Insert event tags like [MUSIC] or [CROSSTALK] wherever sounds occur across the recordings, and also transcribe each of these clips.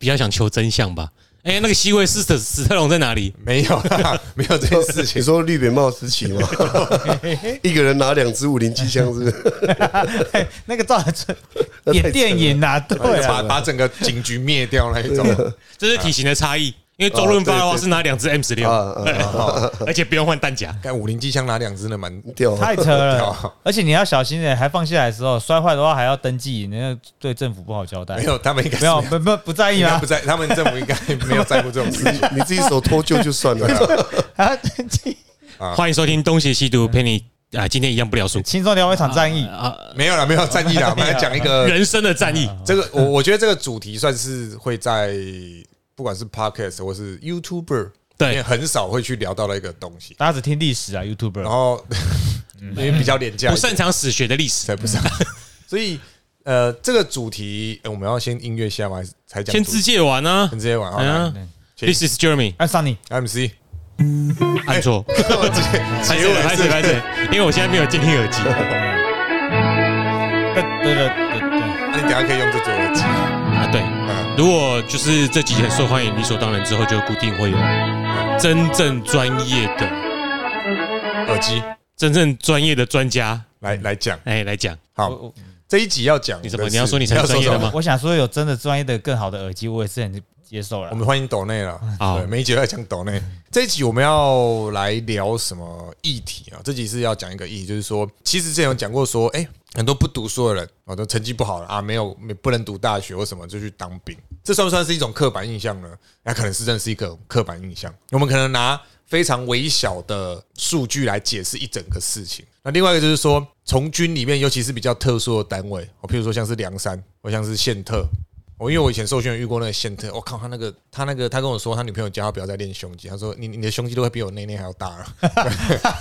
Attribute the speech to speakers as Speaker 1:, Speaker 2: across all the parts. Speaker 1: 较想求真相吧。哎、那个西维斯史史特龙在哪里？
Speaker 2: 没有啦，没有这件事情
Speaker 3: [LAUGHS] 你。说绿扁帽时期 [LAUGHS] 吗？一个人拿两支五零机枪，是不是？ [LAUGHS]
Speaker 4: [LAUGHS] 那个照
Speaker 2: [LAUGHS]
Speaker 4: 着演电影啊， [LAUGHS] 对
Speaker 2: 把
Speaker 4: 啊，
Speaker 2: 把整个警局灭掉那一种，
Speaker 1: 这是体型的差异。因为周润发的话
Speaker 3: 哦对对
Speaker 1: 是拿两支 M 十六，
Speaker 3: 啊啊
Speaker 1: [LAUGHS] 而且不用换弹夹。
Speaker 2: 看武林机枪拿两支呢，蛮呃
Speaker 3: 掉啊
Speaker 4: 太
Speaker 2: [LAUGHS]
Speaker 4: 扯了。而且你要小心点，欸还放下来的时候摔坏的话还要登记，那个对政府不好交代。
Speaker 2: 没有，他们应该是
Speaker 4: 没有，不不不在意啊
Speaker 2: 应该
Speaker 4: 吗
Speaker 2: 不？在，他们政府应该没有在乎这种事
Speaker 4: [LAUGHS]
Speaker 2: 情。
Speaker 3: 你自己手脱臼就算 [LAUGHS] 了，
Speaker 4: 还要登记，
Speaker 3: 啊
Speaker 1: 欢迎收听《东邪西毒》，陪你啊，今天一样不聊书，
Speaker 4: [LAUGHS] 轻松聊一场战役。
Speaker 1: 啊，
Speaker 2: 没有啦，没有战役啦，我们来讲一
Speaker 3: 呃
Speaker 4: [LAUGHS]
Speaker 2: 个
Speaker 1: 人生的战役。
Speaker 2: 这个，我我觉得这个主题算是会在不管是 podcast 或是 YouTuber，
Speaker 1: 对
Speaker 2: 里面很少会去聊到的一个东西。
Speaker 4: 大家只听历史啊，YouTuber
Speaker 2: 然。后 [LAUGHS] 因为比较廉价一点，
Speaker 1: 不擅长史学的历史，
Speaker 2: 才不
Speaker 4: [LAUGHS]
Speaker 2: 上。所以呃，这个主题、呃我们要先音乐下吗？还是才讲
Speaker 1: 先
Speaker 2: 主
Speaker 1: 自介完啊
Speaker 2: 先。直接玩
Speaker 1: 嗯
Speaker 2: 啊
Speaker 1: 啊，This is Jeremy，
Speaker 4: 哎，Sunny，
Speaker 2: ，MC
Speaker 1: 按
Speaker 3: [LAUGHS]
Speaker 1: 错，
Speaker 2: [LAUGHS] 我直接
Speaker 1: 拍
Speaker 2: 结
Speaker 1: 谁
Speaker 2: 尾
Speaker 1: 拍谁拍
Speaker 2: 是
Speaker 1: 谁，因为我现在没有监听耳
Speaker 3: [LAUGHS]
Speaker 1: 机。啊
Speaker 4: 对对对对对，
Speaker 2: 那你等一下可以用这组耳机。
Speaker 1: 啊，对
Speaker 2: 嗯，
Speaker 1: 如果就是这集很受欢迎，理所当然之后就固定会有真正专业的、
Speaker 2: 耳机
Speaker 1: 真正专业的专家
Speaker 2: 来来讲。
Speaker 1: 哎来讲。
Speaker 2: 好，
Speaker 4: 我
Speaker 2: 这一集要讲的
Speaker 1: 你
Speaker 2: 是，
Speaker 1: 怎么你要说你才是专业的
Speaker 2: 你要
Speaker 1: 吗
Speaker 2: 说什么？
Speaker 4: 我想说，有真的专业的更好的耳机，我也是很接受了
Speaker 2: 我。们欢迎抖内了，
Speaker 1: 好
Speaker 2: 对，每一集都要讲抖内。这一集我们要来聊什么议题啊？这集是要讲一个议题，就是说，其实之前有讲过说，哎，很多不读书的人啊，都成绩不好了啊，没有没不能读大学或什么就去当兵，这算不算是一种刻板印象呢？那可能是真的是一个刻板印象。我们可能拿非常微小的数据来解释一整个事情。那另外一个就是说，从军里面，尤其是比较特殊的单位，哦我譬如说像是梁山，或像是县特。我因为我以前受训遇过那个县特，我靠，他那个他那个他跟我说，他女朋友叫他不要再练胸肌，他说你你的胸肌都会比我内内还要大了， [LAUGHS]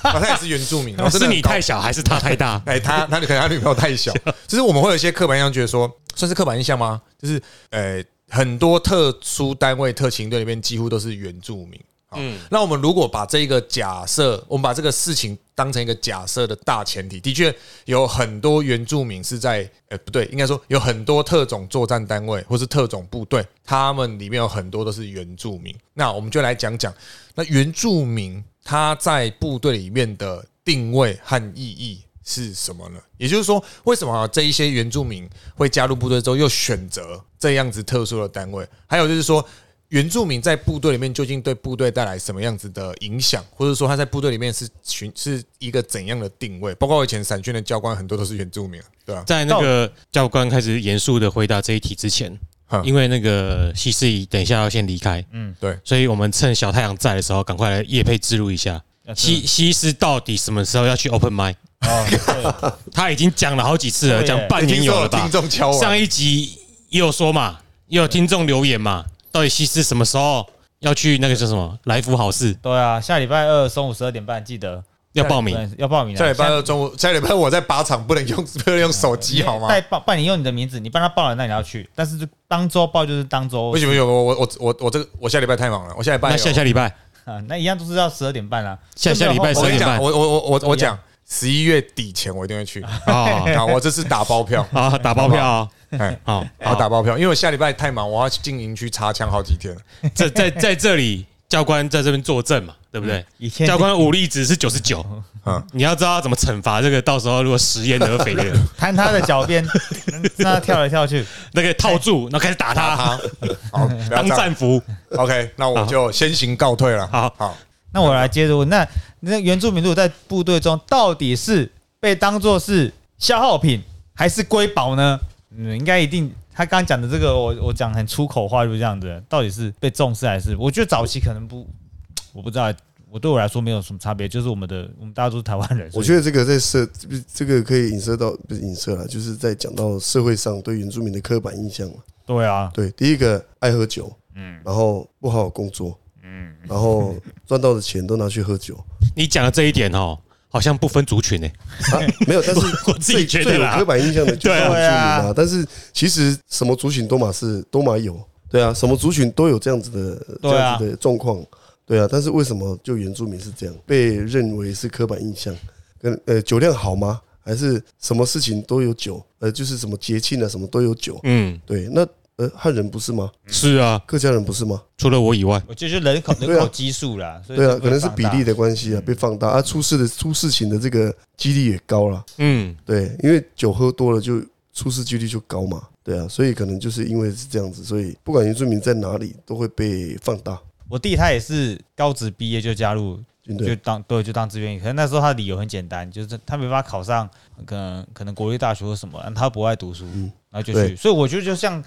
Speaker 2: 反正也是原住民，然后真
Speaker 1: 是
Speaker 2: 的
Speaker 1: 你
Speaker 2: 很高？
Speaker 1: 太小还是他太大
Speaker 2: [LAUGHS] 哎，他他可能他女朋友太小， [LAUGHS] 就是我们会有一些刻板印象，觉得说算是刻板印象吗？就是呃，很多特殊单位、特勤队里面几乎都是原住民。嗯，那我们如果把这个假设，我们把这个事情当成一个假设的大前提，的确有很多原住民是在，呃，不对，应该说有很多特种作战单位或是特种部队，他们里面有很多都是原住民。那我们就来讲讲，那原住民他在部队里面的定位和意义是什么呢？也就是说，为什么这一些原住民会加入部队之后又选择这样子特殊的单位？还有就是说，原住民在部队里面究竟对部队带来什么样子的影响，或者说他在部队里面是寻是一个怎样的定位？包括我以前散训的教官很多都是原住民，啊对吧、
Speaker 1: 在那个教官开始严肃的回答这一题之前
Speaker 2: 嗯，
Speaker 1: 因为那个西施仪等一下要先离开，嗯，
Speaker 2: 对，
Speaker 1: 所以我们趁小太阳在的时候，赶快来夜配植入一下。西西施到底什么时候要去 open mic？
Speaker 4: 哦，
Speaker 1: 他已经讲了好几次了，
Speaker 4: 对耶
Speaker 1: 讲半
Speaker 2: 听
Speaker 1: 年有
Speaker 2: 说有
Speaker 1: 了吧？
Speaker 2: 哎听众敲我，啊
Speaker 1: 上一集也有说嘛，也有听众留言嘛，到底西施什么时候要去那个叫什么来福好事
Speaker 4: 对啊，下礼拜二中午十二点半记得
Speaker 1: 要报名？
Speaker 4: 对要报名啊。
Speaker 2: 下礼拜二中午，下礼拜我在靶场不能用不能用手机
Speaker 1: 哎
Speaker 2: 好吗？
Speaker 4: 代报办，你用你的名字，你帮他报了，那你要去，但是就当周报就是当周
Speaker 2: 不行不行，我我我我我这个我下礼拜太忙了，我下礼拜哦
Speaker 1: 那
Speaker 2: 有
Speaker 1: 下下礼
Speaker 2: [LAUGHS]
Speaker 1: 拜
Speaker 4: 啊，那一样都是要十二点半啊。
Speaker 1: 下下礼拜
Speaker 2: 我跟你
Speaker 1: 12点半
Speaker 2: 讲，我我我我我
Speaker 4: 怎么
Speaker 2: 讲
Speaker 4: 样
Speaker 2: 十一月底前我一定
Speaker 1: [LAUGHS]
Speaker 2: 会去
Speaker 1: 哦，
Speaker 2: 啊！我这次打包票，
Speaker 1: 好打包票哦
Speaker 2: 哎，
Speaker 1: 好，
Speaker 2: 我打包票，因为我下礼拜太忙，我要进营区插枪好几天。
Speaker 1: 这在在这里教官在这边作证嘛，对不对？
Speaker 4: 以前
Speaker 1: 教官武力值是九十九
Speaker 2: 嗯，
Speaker 1: 你要知道怎么惩罚这个到时候如果食言而肥的人，
Speaker 4: 弹他的脚边， [LAUGHS] 让他跳来跳去。
Speaker 1: 那个套住，然后开始打他，
Speaker 2: 啊，好，不要
Speaker 1: 当
Speaker 2: 这样。
Speaker 1: 战俘。
Speaker 2: OK，那我就先行告退了。
Speaker 1: 好
Speaker 2: 好，
Speaker 4: 那我来接着问，那那原住民如果在部队中到底是被当做是消耗品还是瑰宝呢？嗯，应该一定。他刚刚讲的这个，我我讲很出口话，就是这样子。到底是被重视还是？我觉得早期可能不，我不知道。我对我来说没有什么差别，就是我们的我们大家都是台湾人。
Speaker 3: 我
Speaker 4: 得
Speaker 3: 觉得这个在社，这个可以影射到不是影射了，就是在讲到社会上对原住民的刻板印象嘛。
Speaker 4: 对啊，
Speaker 3: 对，第一个爱喝酒，嗯，然后不好好工作，嗯，然后赚到的钱都拿去喝酒
Speaker 1: 你讲的这一点哦，好像不分族群诶，
Speaker 3: 啊，没有，但是
Speaker 1: 我自己
Speaker 3: 最
Speaker 1: 觉得
Speaker 3: 最有
Speaker 1: 啦
Speaker 3: 刻板印象的就
Speaker 1: 对
Speaker 3: 是原
Speaker 1: 啊
Speaker 3: 住民啊，但是其实什么族群都嘛是都嘛有，对啊，什么族群都有这样子的
Speaker 4: 对啊
Speaker 3: 这样子的状况，对啊，但是为什么就原住民是这样被认为是刻板印象？跟呃酒量好吗？还是什么事情都有酒？呃，就是什么节庆啊，什么都有酒。
Speaker 1: 嗯，
Speaker 3: 对，那呃，汉人不是吗？
Speaker 1: 是啊，
Speaker 3: 客家人不是吗？
Speaker 1: 除了我以外，
Speaker 4: 我觉得就人口
Speaker 3: 对啊
Speaker 4: 人口基数啦，所以
Speaker 3: 对啊，
Speaker 4: 这
Speaker 3: 可能是
Speaker 4: 放
Speaker 3: 比
Speaker 4: 大
Speaker 3: 例的关系啊，被放大啊，出事的出事情的这个几率也高了。
Speaker 1: 嗯，
Speaker 3: 对，因为酒喝多了就出事几率就高嘛。对啊，所以可能就是因为是这样子，所以不管原住民在哪里都会被放大。
Speaker 4: 我弟他也是高职毕业就加入，
Speaker 3: 军
Speaker 4: 就
Speaker 3: 队
Speaker 4: 当对就当志愿役。可是那时候他的理由很简单，就是他没办法考上呃可能可能国立大学或什么，他不爱读书，
Speaker 3: 嗯
Speaker 4: 然后就
Speaker 3: 对
Speaker 4: 去。所以我觉得就像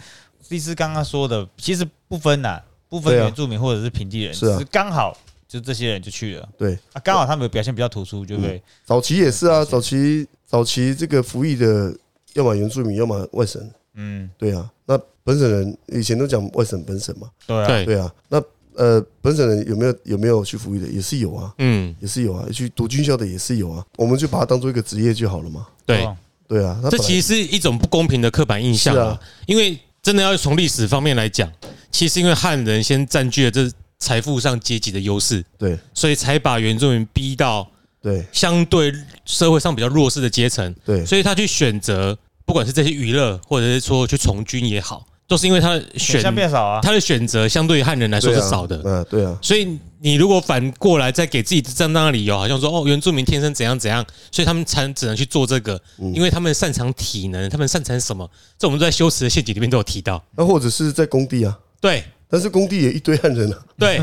Speaker 4: 律师刚刚说的，其实不分呐，不分
Speaker 3: 对啊
Speaker 4: 原住民或者是平地人，
Speaker 3: 是啊
Speaker 4: 只刚好就这些人就去了
Speaker 3: 对，
Speaker 4: 啊，刚好他们表现比较突出，就会
Speaker 3: 早期也是啊，早期早期这个服役的，要么原住民，要么外省。
Speaker 4: 嗯，
Speaker 3: 对啊，那本省人以前都讲外省本省嘛，
Speaker 4: 对啊，
Speaker 1: 对，
Speaker 3: 对啊，那呃本省人有没有有没有去服役的也是有啊，
Speaker 1: 嗯，
Speaker 3: 也是有啊，去读军校的也是有啊，我们就把它当做一个职业就好了嘛。
Speaker 1: 对，
Speaker 4: 哦
Speaker 3: 对啊，他
Speaker 1: 这
Speaker 3: 本来
Speaker 1: 其实是一种不公平的刻板印象
Speaker 3: 是
Speaker 1: 啊
Speaker 3: 啊。
Speaker 1: 因为真的要从历史方面来讲，其实因为汉人先占据了这财富上阶级的优势，
Speaker 3: 对
Speaker 1: 所以才把原住民逼到
Speaker 3: 对
Speaker 1: 相对社会上比较弱势的阶层，
Speaker 3: 对
Speaker 1: 所以他去选择，不管是这些娱乐，或者是说去从军也好，都是因为他的选
Speaker 4: 选项变少啊，
Speaker 1: 他的选择相对于汉人来说
Speaker 3: 对
Speaker 1: 是
Speaker 3: 啊
Speaker 1: 少的，
Speaker 3: 嗯，对啊，
Speaker 1: 所以你如果反过来再给自己正当的理由，好像说哦，原住民天生怎样怎样，所以他们才只能去做这个，
Speaker 3: 嗯
Speaker 1: 因为他们擅长体能，他们擅长什么？这我们在修辞的陷阱里面都有提到。
Speaker 3: 那或者是在工地啊，
Speaker 1: 对
Speaker 3: 但是工地也一堆汉
Speaker 4: [LAUGHS]
Speaker 3: 人啊，
Speaker 1: 对，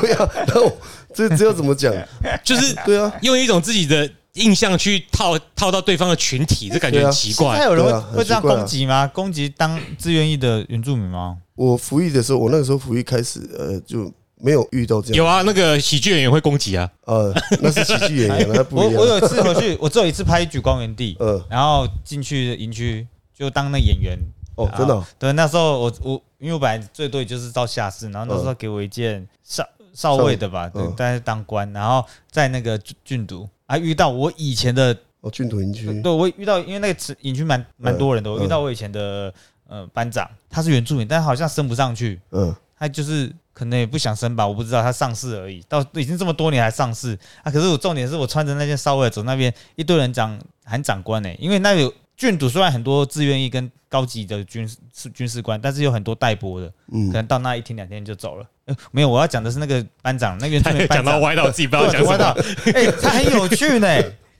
Speaker 3: 对啊，然后这这要怎么讲？
Speaker 1: 就是
Speaker 3: 对啊，
Speaker 1: 用一种自己的印象去套套到对方的群体，这感觉
Speaker 3: 对
Speaker 1: 很
Speaker 3: 啊
Speaker 1: 奇
Speaker 4: 现在
Speaker 1: 怪。
Speaker 4: 有人
Speaker 3: 对啊
Speaker 4: 会
Speaker 3: 很
Speaker 4: 会这样
Speaker 3: 奇怪啊
Speaker 4: 攻击吗？攻击当志愿役的原住民吗？
Speaker 3: 我服役的时候，我那个时候服役开始，呃，就没有遇到这样，
Speaker 1: 有啊，那个喜剧演员会攻击
Speaker 3: [LAUGHS]
Speaker 1: 啊，
Speaker 3: 呃，那是喜剧演员，啊
Speaker 4: [LAUGHS]
Speaker 3: 那不
Speaker 4: 我
Speaker 3: 一样，
Speaker 4: 我有一次回去，我只有一次拍《举光原地》，
Speaker 3: 呃，
Speaker 4: 然后进去营区就当那演员。
Speaker 3: 哦
Speaker 4: 然，后
Speaker 3: 真的哦，
Speaker 4: 对，那时候我我因为我本来最多也就是到下士，然后那时候给我一件少少尉的吧，对
Speaker 3: 嗯，
Speaker 4: 但是当官，然后在那个郡郡都还遇到我以前的，
Speaker 3: 哦，郡土营区，
Speaker 4: 对我遇到因为那个营区蛮蛮多人的，我遇
Speaker 3: 嗯
Speaker 4: 到我以前的呃班长，他是原住民，但好像升不上去，
Speaker 3: 嗯，
Speaker 4: 他就是可能也不想升吧，我不知道他上市而已，到已经这么多年还上市啊！可是我重点是我穿着那件稍微走那边一堆人长喊长官呢、欸因为那有郡主虽然很多志愿役跟高级的军事军事官，但是有很多待播的，可
Speaker 3: 嗯，
Speaker 4: 能到那一天两天就走了。呃没有，我要讲的是那个班长，那个原住民班
Speaker 1: [LAUGHS] 讲到
Speaker 4: 长，
Speaker 1: 歪到自己不知道
Speaker 4: 对，
Speaker 1: 讲什
Speaker 4: 歪到
Speaker 1: 么。，
Speaker 4: 哎、他很有趣呢、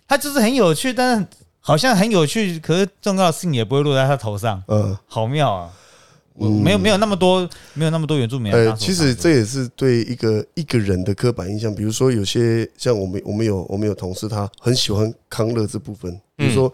Speaker 4: 他就是很有趣，但是好像很有趣，可是重要的事情也不会落在他头上，
Speaker 3: 呃，
Speaker 4: 好妙啊！我
Speaker 3: 嗯
Speaker 4: 没有没有那么多没有那么多原住民来
Speaker 3: 呃，
Speaker 4: 当首
Speaker 3: 其实
Speaker 4: 长
Speaker 3: 这也是对一个一个人的刻板印象。比如说，有些像我们，我们有我们有同事，他很喜欢康乐这部分。
Speaker 4: 嗯
Speaker 3: 比如说，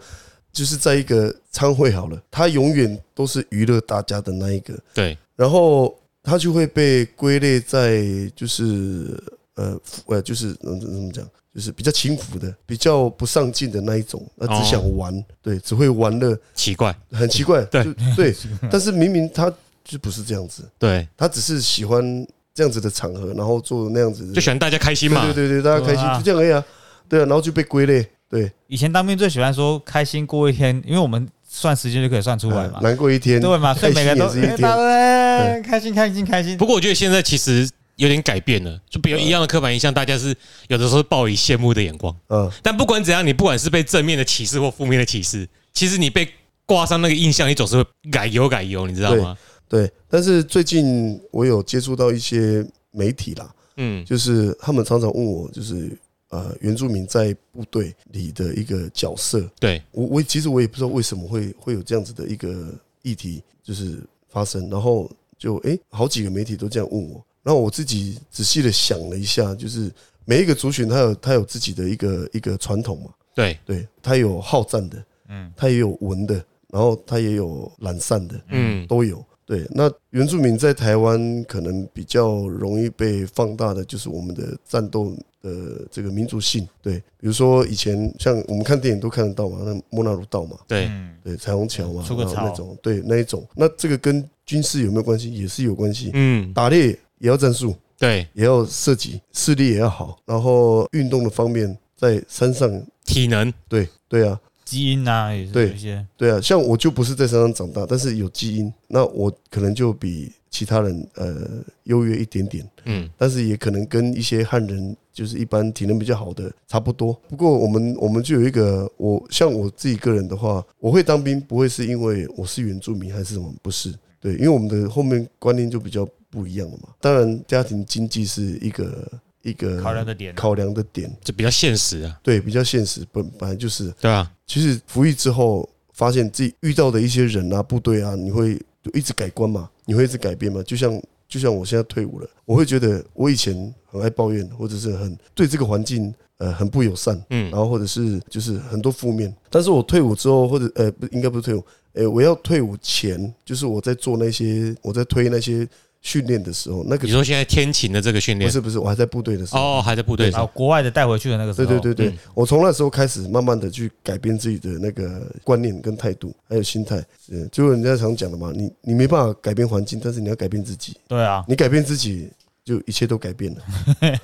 Speaker 3: 就是在一个餐会好了，他永远都是娱乐大家的那一个，
Speaker 1: 对，
Speaker 3: 然后他就会被归类在就是呃服呃，就是嗯怎么讲，就是比较轻浮的、比较不上进的那一种，他只
Speaker 4: 哦
Speaker 3: 想玩，对，只会玩乐，
Speaker 1: 奇怪，
Speaker 3: 很奇怪，
Speaker 1: 对
Speaker 3: 就
Speaker 4: [LAUGHS]
Speaker 3: 对。但是明明他就不是这样子。
Speaker 1: 对，
Speaker 3: 他只是喜欢这样子的场合，然后做那样子的，
Speaker 1: 就喜欢大家开心嘛
Speaker 3: 对。对对，大家开
Speaker 4: 对啊
Speaker 3: 心，就这样而已啊。对啊，然后就被归类，对，
Speaker 4: 以前当兵最喜欢说开心过一天，因为我们算时间就可以算出来
Speaker 3: [LAUGHS]
Speaker 4: 嘛，
Speaker 3: 难过一天，
Speaker 4: 对嘛？
Speaker 3: 开
Speaker 4: 所以每
Speaker 3: 心
Speaker 4: 个人
Speaker 3: 也
Speaker 4: 都
Speaker 3: 是一
Speaker 4: 哎大
Speaker 3: 天。
Speaker 4: 家都开心开心开心。
Speaker 1: 不过我觉得现在其实有点改变了，就比如一样的刻板印象，大家是有的时候抱以羡慕的眼光。
Speaker 3: 嗯，
Speaker 1: 但不管怎样，你不管是被正面的歧视或负面的歧视，其实你被挂上那个印象，你总是会改油改油，你知道吗？
Speaker 3: 对。但是最近我有接触到一些媒体啦，
Speaker 1: 嗯，
Speaker 3: 就是他们常常问我，就是呃，原住民在部队里的一个角色，
Speaker 1: 对，
Speaker 3: 我我其实我也不知道为什么会会有这样子的一个议题就是发生，然后就诶、好几个媒体都这样问我，然后我自己仔细的想了一下，就是每一个族群它有它有自己的一个一个传统嘛，
Speaker 1: 对，
Speaker 3: 对，它有好战的，
Speaker 4: 嗯，
Speaker 3: 它也有文的，然后它也有懒散的，
Speaker 1: 嗯，
Speaker 3: 都有。对，那原住民在台湾可能比较容易被放大的，就是我们的战斗的这个民族性。对，比如说以前像我们看电影都看得到嘛，那莫纳鲁道嘛，
Speaker 1: 对，
Speaker 4: 嗯，
Speaker 3: 对，彩虹桥嘛，
Speaker 4: 出个
Speaker 3: 然后
Speaker 4: 草
Speaker 3: 那种，对那一种，那这个跟军事有没有关系？也是有关系。
Speaker 1: 嗯，
Speaker 3: 打猎也要战术，
Speaker 1: 对，
Speaker 3: 也要射击，视力也要好，然后运动的方面，在山上，
Speaker 1: 体能，
Speaker 3: 对对啊，
Speaker 4: 基因啊，也是
Speaker 3: 对
Speaker 4: 有一些
Speaker 3: 对啊，像我就不是在山上长大，但是有基因，那我可能就比其他人呃优越一点点，
Speaker 1: 嗯，
Speaker 3: 但是也可能跟一些汉人就是一般体能比较好的差不多。不过我们我们就有一个，我像我自己个人的话，我会当兵不会是因为我是原住民还是什么，不是，对，因为我们的后面观念就比较不一样了嘛。当然，家庭经济是一个一个
Speaker 4: 考量的点啊
Speaker 3: 考量的点，
Speaker 1: 这比较现实啊，
Speaker 3: 对，比较现实，本本来就是。
Speaker 1: 对吧？
Speaker 3: 其实服役之后，发现自己遇到的一些人啊、部队啊，你会就一直改观嘛，你会一直改变嘛。就像就像我现在退伍了，我会觉得我以前很爱抱怨，或者是很对这个环境呃很不友善，
Speaker 1: 嗯
Speaker 3: 然后或者是就是很多负面。但是我退伍之后，或者呃不应该不是退伍，诶、我要退伍前，就是我在做那些我在推那些训练的时候，那个
Speaker 1: 你说现在天晴的这个训
Speaker 3: 不
Speaker 1: 练，
Speaker 3: 是不是，我还在部队的时候。
Speaker 1: 哦，还在部队
Speaker 4: 然后
Speaker 1: 上，
Speaker 4: 国外的带回去的那个时
Speaker 3: 对
Speaker 4: 候，
Speaker 3: 对对对，
Speaker 1: 嗯
Speaker 3: 我从那时候开始，慢慢的去改变自己的那个观念跟态度，还有心态。嗯，就是人家常讲的嘛，你你没办法改变环境，但是你要改变自己。
Speaker 4: 对啊，
Speaker 3: 你改变自己，就一切都改变了。
Speaker 4: 哎，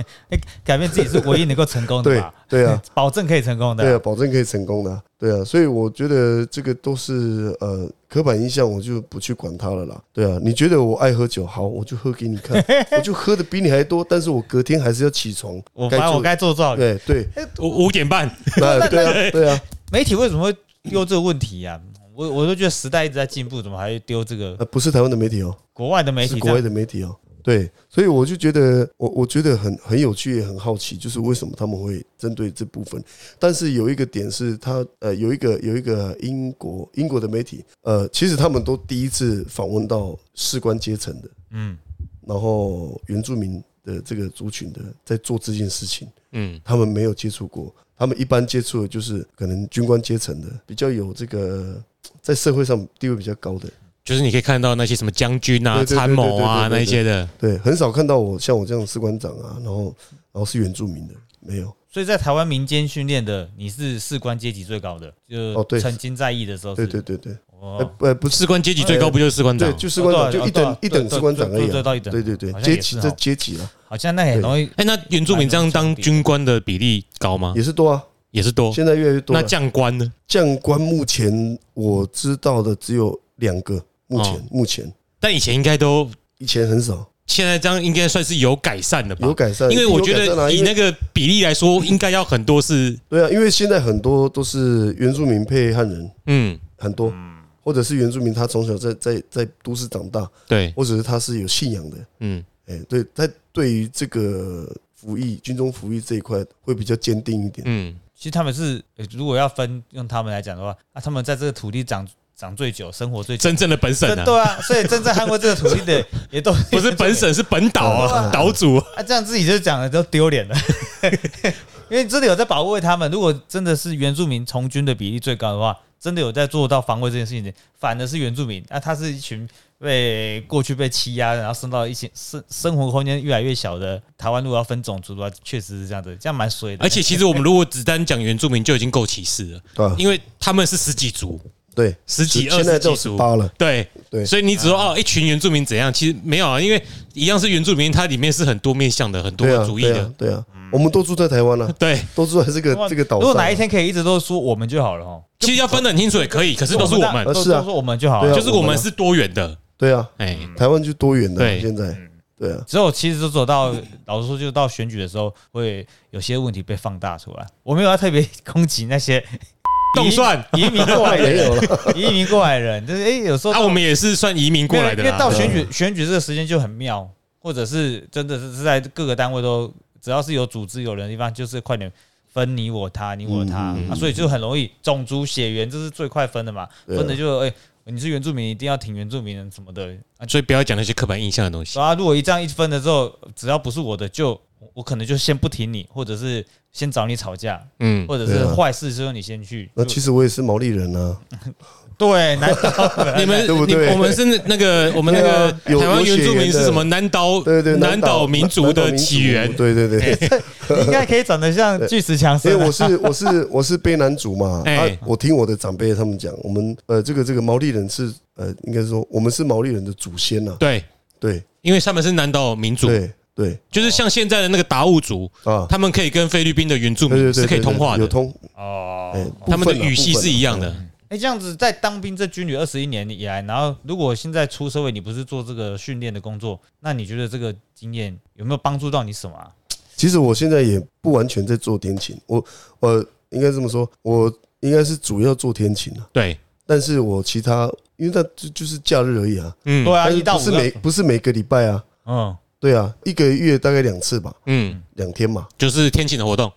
Speaker 4: 改变自己是唯一能够成功的
Speaker 3: [LAUGHS] 对
Speaker 4: 吧？
Speaker 3: 对啊，
Speaker 4: 保证可以成功的。
Speaker 3: 对啊，保证可以成功的啊、对啊，所以我觉得这个都是呃刻板印象，我就不去管它了啦。对啊，你觉得我爱喝酒，好，我就喝给你看，我就喝的比你还多，但是我隔天还是要起 [LAUGHS] 床，
Speaker 4: 我反正我
Speaker 3: 做的
Speaker 4: 该做做好。
Speaker 3: 对对，
Speaker 1: 五五点半，
Speaker 3: [LAUGHS] 那对啊对啊，
Speaker 4: 媒体为什么会丢这个问题呀、我我都觉得时代一直在进步，怎么还会丢这个
Speaker 3: 呃不是台湾的媒体哦、
Speaker 4: 国外的媒
Speaker 3: 是
Speaker 4: 体？
Speaker 3: 国外的媒体哦。对，所以我就觉得，我我觉得很很有趣，也很好奇，就是为什么他们会针对这部分。但是有一个点是他，呃，有一个有一个英国英国的媒体，呃，其实他们都第一次访问到士官阶层的，
Speaker 4: 嗯，
Speaker 3: 然后原住民的这个族群的在做这件事情，
Speaker 1: 嗯，
Speaker 3: 他们没有接触过，他们一般接触的就是可能军官阶层的，比较有这个在社会上地位比较高的。
Speaker 1: 就是你可以看到那些什么将军啊、
Speaker 3: 对对对
Speaker 1: 参谋啊那
Speaker 3: 对对对对
Speaker 1: 一些的，
Speaker 3: 对，很少看到我像我这样的士官长啊，然后然后是原住民的，没有。
Speaker 4: 所以在台湾民间训练的，你是士官阶级最高的，就
Speaker 3: 哦对
Speaker 4: 曾经在役的时候是，
Speaker 3: 对对对对，呃
Speaker 4: 哦，
Speaker 3: 呃不是，
Speaker 1: 士官阶级最高不就是士官长
Speaker 3: 对，？就士官
Speaker 4: 哦
Speaker 3: 长
Speaker 4: 对啊
Speaker 3: 就一
Speaker 4: 对啊
Speaker 3: 等一等士官长而已
Speaker 4: 对对对
Speaker 3: 啊。
Speaker 4: 到一等
Speaker 3: 对对对
Speaker 4: 好，像也
Speaker 3: 阶级
Speaker 4: 是
Speaker 3: 这
Speaker 4: 哦
Speaker 3: 阶级啊，
Speaker 4: 好像那很容易
Speaker 1: 哎，那原住民这样当军官的比例高吗？
Speaker 3: 也是多啊，
Speaker 1: 也是
Speaker 4: 哦
Speaker 1: 多。
Speaker 3: 现在越来越多
Speaker 1: 那
Speaker 3: 了。
Speaker 1: 将官呢？
Speaker 3: 将官目前我知道的只有两个，目前
Speaker 1: 哦
Speaker 3: 目前
Speaker 1: 但以前应该都，
Speaker 3: 以前很少，
Speaker 1: 现在这样应该算是有改善的吧
Speaker 3: 有？改善，
Speaker 1: 因为我
Speaker 3: 有
Speaker 1: 觉
Speaker 3: 改善啊
Speaker 1: 得以
Speaker 3: 因为
Speaker 1: 那个比例来说，应该要很多是，
Speaker 3: 对啊，因为现在很多都是原住民配汉人，
Speaker 1: 嗯，
Speaker 3: 很多，或者是原住民他从小在在在都市长大，
Speaker 1: 对，
Speaker 3: 或者是他是有信仰的，
Speaker 1: 嗯，
Speaker 3: 哎、对，在对于这个服役、军中服役这一块会比较坚定一点。
Speaker 1: 嗯，
Speaker 4: 其实他们是，呃如果要分用他们来讲的话，啊，他们在这个土地长长最久，生活最久，
Speaker 1: 真正的本省
Speaker 4: 真
Speaker 1: 啊，
Speaker 4: 对啊，所以真正捍卫这个土地的
Speaker 1: [LAUGHS]
Speaker 4: 也都
Speaker 1: 不是本省是本岛啊，岛主
Speaker 4: 啊，这样自己就讲的都丢脸了， [LAUGHS] 因为真的有在保卫他们。如果真的是原住民从军的比例最高的话，真的有在做到防卫这件事情的，反而是原住民啊，他是一群被过去被欺压，然后升到一些生生活空间越来越小的台湾。如果要分种族的话，确实是这样子，这样蛮衰的。
Speaker 1: 而且其实我们如果只单讲原住民就已经够歧视了，
Speaker 3: 对啊
Speaker 1: 因为他们是十几族，
Speaker 3: 对，
Speaker 1: 十几
Speaker 3: 现
Speaker 1: 二
Speaker 3: 在
Speaker 1: 十
Speaker 3: 到
Speaker 1: 几
Speaker 3: 十
Speaker 1: 族，
Speaker 3: 八了，
Speaker 1: 对
Speaker 3: 对
Speaker 1: 所以你只说哦一群原住民怎样，其实没有啊，因为一样是原住民，它里面是很多面向的，很多
Speaker 3: 对啊，
Speaker 1: 族裔
Speaker 3: 对
Speaker 1: 的嗯
Speaker 3: 啊，，对啊，我们都住在台
Speaker 1: [LAUGHS]
Speaker 3: 湾了、啊，
Speaker 1: 对，
Speaker 3: 都住在这
Speaker 4: 如
Speaker 3: 个
Speaker 4: 果
Speaker 3: 这个岛
Speaker 4: 如果
Speaker 3: 上啊、
Speaker 4: 哪一天可以一直都说我们就好了哦，
Speaker 1: 其实要分得很清楚也可以，可是都是我们
Speaker 4: 都，
Speaker 3: 是啊
Speaker 4: 都说我们就好
Speaker 3: 对
Speaker 4: 了
Speaker 3: 啊。
Speaker 1: 就是我们是多元的，
Speaker 3: 对啊，
Speaker 1: 哎，
Speaker 3: 台湾就多远了、
Speaker 1: 对
Speaker 3: 现在，
Speaker 4: 嗯
Speaker 3: 对啊，
Speaker 4: 只有其实就走到，老实说，就到选举的时候，会有些问题被放大出来。我没有要特别攻击那些
Speaker 1: 动算
Speaker 4: 移移民过来
Speaker 3: 没有
Speaker 4: 人，移民过来人，就是哎、诶有时候
Speaker 1: 啊，
Speaker 4: 到
Speaker 1: 我们也是算移民过来的
Speaker 4: 因为因为到
Speaker 1: 啦，嗯
Speaker 4: 选举选举这个时间就很妙，或者是真的是是在各个单位都，只要是有组织有人的地方，就是快点分你我他，你我他、
Speaker 3: 嗯嗯嗯
Speaker 4: 啊，所以就很容易种族血缘，这是最快分的嘛，
Speaker 3: 对啊
Speaker 4: 分的就哎、诶你是原住民，一定要挺原住民人什么的啊，
Speaker 1: 所以不要讲那些刻板印象的东西，
Speaker 4: 然后如果一这样一分了之后，只要不是我的，就我我可能就先不挺你，或者是先找你吵架，
Speaker 1: 嗯，
Speaker 4: 或者是
Speaker 3: 对啊
Speaker 4: 坏事之后你先去。
Speaker 3: 那其实我也是毛利人
Speaker 1: [LAUGHS]
Speaker 3: 啊，
Speaker 4: 对，难 [LAUGHS] 道
Speaker 1: 你们
Speaker 3: 对不
Speaker 1: 呃你
Speaker 3: 对
Speaker 1: 我们是那个我们那个
Speaker 3: 对啊有
Speaker 1: 台湾
Speaker 3: 有血
Speaker 1: 原住民
Speaker 3: 缘
Speaker 1: 是
Speaker 3: 的
Speaker 1: 什么南岛
Speaker 3: [LAUGHS] 对对，
Speaker 1: 南岛
Speaker 3: 岛
Speaker 1: 民族
Speaker 3: 南岛
Speaker 1: 的
Speaker 3: 民族
Speaker 1: 起源，哎
Speaker 3: 对对对，
Speaker 4: 你应该可以长得像巨石强
Speaker 3: 因为
Speaker 4: 森啊、
Speaker 3: 我是我是我是卑南族嘛，
Speaker 1: 哎
Speaker 3: 啊，我听我的长辈他们讲，我们呃这个这个毛利人是呃应该说我们是毛利人的祖先呐、啊，
Speaker 1: 对，
Speaker 3: 对
Speaker 1: 因为他们是南岛民族，
Speaker 3: 对对
Speaker 1: 就是像现在的那个达悟族，
Speaker 3: 啊，
Speaker 1: 他们可以跟菲律宾的原住
Speaker 3: 对对
Speaker 1: 民
Speaker 3: 对，
Speaker 1: 是可以
Speaker 3: 对
Speaker 1: 通话
Speaker 3: 有
Speaker 1: 的，
Speaker 3: 通，
Speaker 4: 哦。
Speaker 3: 哎
Speaker 1: 他们的语系
Speaker 3: 部分啊
Speaker 1: 是一样的。
Speaker 4: 哎、这样子在当兵这军旅二十一年以来，然后如果现在出社会，你不是做这个训练的工作，那你觉得这个经验有没有帮助到你什么、啊？
Speaker 3: 其实我现在也不完全在做天琴，我呃应该这么说，我应该是主要做天琴啊，
Speaker 1: 对，
Speaker 3: 但是我其他因为那就就是假日而已啊。
Speaker 1: 嗯
Speaker 4: 对啊，
Speaker 3: 但是
Speaker 4: 一到
Speaker 3: 不
Speaker 4: 五
Speaker 3: 是
Speaker 4: 个
Speaker 3: 每不是每个礼拜啊，
Speaker 4: 嗯，
Speaker 3: 对啊，一个月大概两次吧，
Speaker 1: 嗯，
Speaker 3: 两天嘛。
Speaker 1: 就是天晴的活动，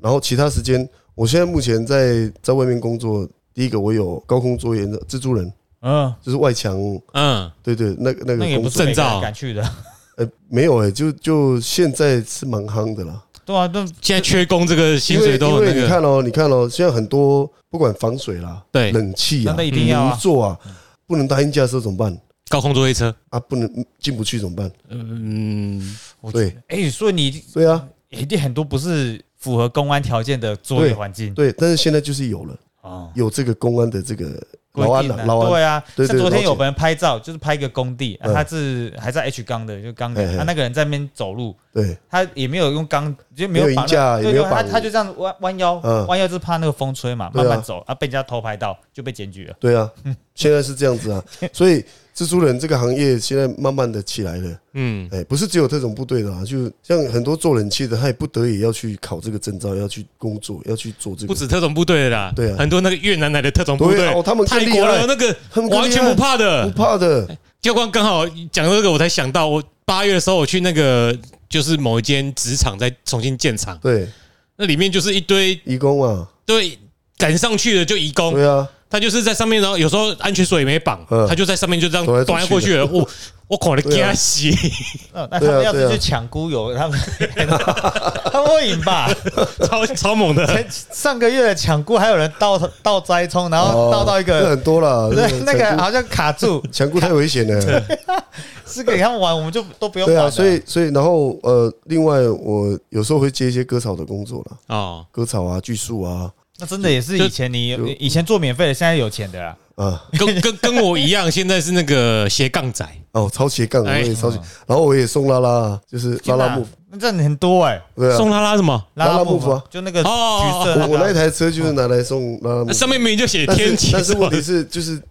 Speaker 3: 然后其他时间，我现在目前在在外面工作，第一个我有高空作业的蜘蛛人，
Speaker 4: 嗯，
Speaker 3: 就是外墙，
Speaker 1: 嗯，
Speaker 3: 对对，那个那
Speaker 4: 那个也
Speaker 3: 个工
Speaker 4: 不是
Speaker 3: 作
Speaker 1: 证，
Speaker 4: 每个
Speaker 1: 照
Speaker 4: 人敢去的，
Speaker 3: 呃，没有哎、就就现在是蛮夯的啦，
Speaker 4: 对啊，那
Speaker 1: 现在缺工这个薪
Speaker 3: 因
Speaker 1: 水
Speaker 3: 为
Speaker 1: 都
Speaker 3: 因
Speaker 1: 有那
Speaker 3: 为你
Speaker 1: 个，
Speaker 3: 看哦，你看哦，现在很多不管防水啦、
Speaker 1: 对，
Speaker 3: 冷气啊
Speaker 4: 那、一定要
Speaker 3: 泥
Speaker 4: 啊，
Speaker 3: 做啊，不能搭阴架车怎么办？
Speaker 1: 高空作业车，
Speaker 3: 啊，不能进不去怎么办？
Speaker 1: 呃嗯，
Speaker 4: 我觉得
Speaker 3: 对，
Speaker 4: 哎，所以你
Speaker 3: 对啊，
Speaker 4: 一定很多不是符合公安条件的作业环境
Speaker 3: 对，但是现在就是有了，
Speaker 4: 哦。
Speaker 3: 有这个公安的这个
Speaker 4: 规
Speaker 3: 劳安
Speaker 4: 定
Speaker 3: 了，
Speaker 4: 啊
Speaker 3: 劳安，
Speaker 4: 对啊，
Speaker 3: 对对
Speaker 4: 像昨天
Speaker 3: 了解
Speaker 4: 有人拍照，就是拍一个工地，啊
Speaker 3: 嗯
Speaker 4: 他是还在 H 钢的，就钢
Speaker 3: 嘿
Speaker 4: 人，
Speaker 3: 嘿
Speaker 4: 他那个人在那边走路，
Speaker 3: 对，
Speaker 4: 他也没有用钢，就没
Speaker 3: 没有
Speaker 4: 绑
Speaker 3: 银架
Speaker 4: 那
Speaker 3: 也
Speaker 4: 对
Speaker 3: 没有
Speaker 4: 对，他
Speaker 3: 绑
Speaker 4: 他就这样弯弯腰，
Speaker 3: 嗯
Speaker 4: 弯腰就是怕那个风吹嘛，
Speaker 3: 对啊
Speaker 4: 慢慢走啊，被人家偷拍到就被检举了。
Speaker 3: 对啊，现在是这样子啊，所以蜘蛛人这个行业现在慢慢的起来了，
Speaker 1: 嗯，
Speaker 3: 哎，不是只有特种部队的啊，就像很多做冷气的，他也不得已要去考这个证照，要去工作，要去做这
Speaker 1: 不
Speaker 3: 个，
Speaker 1: 止特种部队的啦，
Speaker 3: 对啊
Speaker 1: 很多那个越南来的特种部
Speaker 3: 对
Speaker 1: 队
Speaker 3: 啊哦，他们更
Speaker 1: 泰
Speaker 3: 厉害
Speaker 1: 国的那个
Speaker 3: 他们更
Speaker 1: 完全
Speaker 3: 厉害
Speaker 1: 不怕
Speaker 3: 不
Speaker 1: 的。
Speaker 3: 怕的，
Speaker 1: 教官刚好讲到这个，我才想到，我八月的时候我去那个就是某一间职场在重新建厂，
Speaker 3: 对，
Speaker 1: 那里面就是一堆
Speaker 3: 义工啊，
Speaker 1: 对赶上去的就移工，
Speaker 3: 对啊，
Speaker 1: 他就是在上面，然后有时候安全锁也没绑，
Speaker 3: 嗯
Speaker 1: 他就在上面就这样
Speaker 3: 走来走
Speaker 1: 端过去了。我我恐了给
Speaker 3: 对啊
Speaker 1: 他洗，
Speaker 3: [LAUGHS]
Speaker 4: 嗯那他
Speaker 3: 对啊
Speaker 4: 们要是
Speaker 3: 对啊
Speaker 4: 去抢孤友，他们 [LAUGHS] 他们会赢吧？
Speaker 1: 超超猛
Speaker 3: [LAUGHS]
Speaker 1: 的。
Speaker 4: 前上个月的抢孤还有人倒倒栽葱，然后
Speaker 3: 哦
Speaker 4: 倒到一
Speaker 3: 这
Speaker 4: 个
Speaker 3: 很多啦，
Speaker 4: 对 [LAUGHS] 那个
Speaker 3: 强固
Speaker 4: 好像卡住，
Speaker 3: 强固太危险
Speaker 4: [LAUGHS]
Speaker 3: 了。
Speaker 4: 是给他们玩，我们就都不用
Speaker 3: 对啊，
Speaker 4: 玩了。
Speaker 3: 所以所以然后呃，另外我有时候会接一些割草的工作啦，
Speaker 1: 哦，
Speaker 3: 割草啊、锯树啊
Speaker 4: 那真的也是
Speaker 1: 就
Speaker 4: 以前你
Speaker 3: 就
Speaker 4: 你以前做免费的，现在有钱的啦。
Speaker 3: 啊，
Speaker 1: 跟跟跟我一样，现在是那个斜杠仔，
Speaker 3: 哦，超斜杠，我
Speaker 1: 哎
Speaker 3: 也超
Speaker 4: 哦
Speaker 3: 斜，然后我也送拉拉，就是拉拉木，
Speaker 4: 那这样很多哎，
Speaker 3: 对啊，
Speaker 1: 送他拉什么？
Speaker 3: 拉拉
Speaker 4: 木
Speaker 3: 木筏
Speaker 4: 筏啊就那个
Speaker 1: 哦哦
Speaker 4: 橘
Speaker 1: 哦
Speaker 4: 色
Speaker 3: 我我那一
Speaker 4: 个啊，
Speaker 3: 台车就是拿来送拉拉木
Speaker 1: 那，哦上面明明就写
Speaker 3: 但
Speaker 1: 天
Speaker 3: 是
Speaker 1: 气，
Speaker 3: 嗯但是问题是就是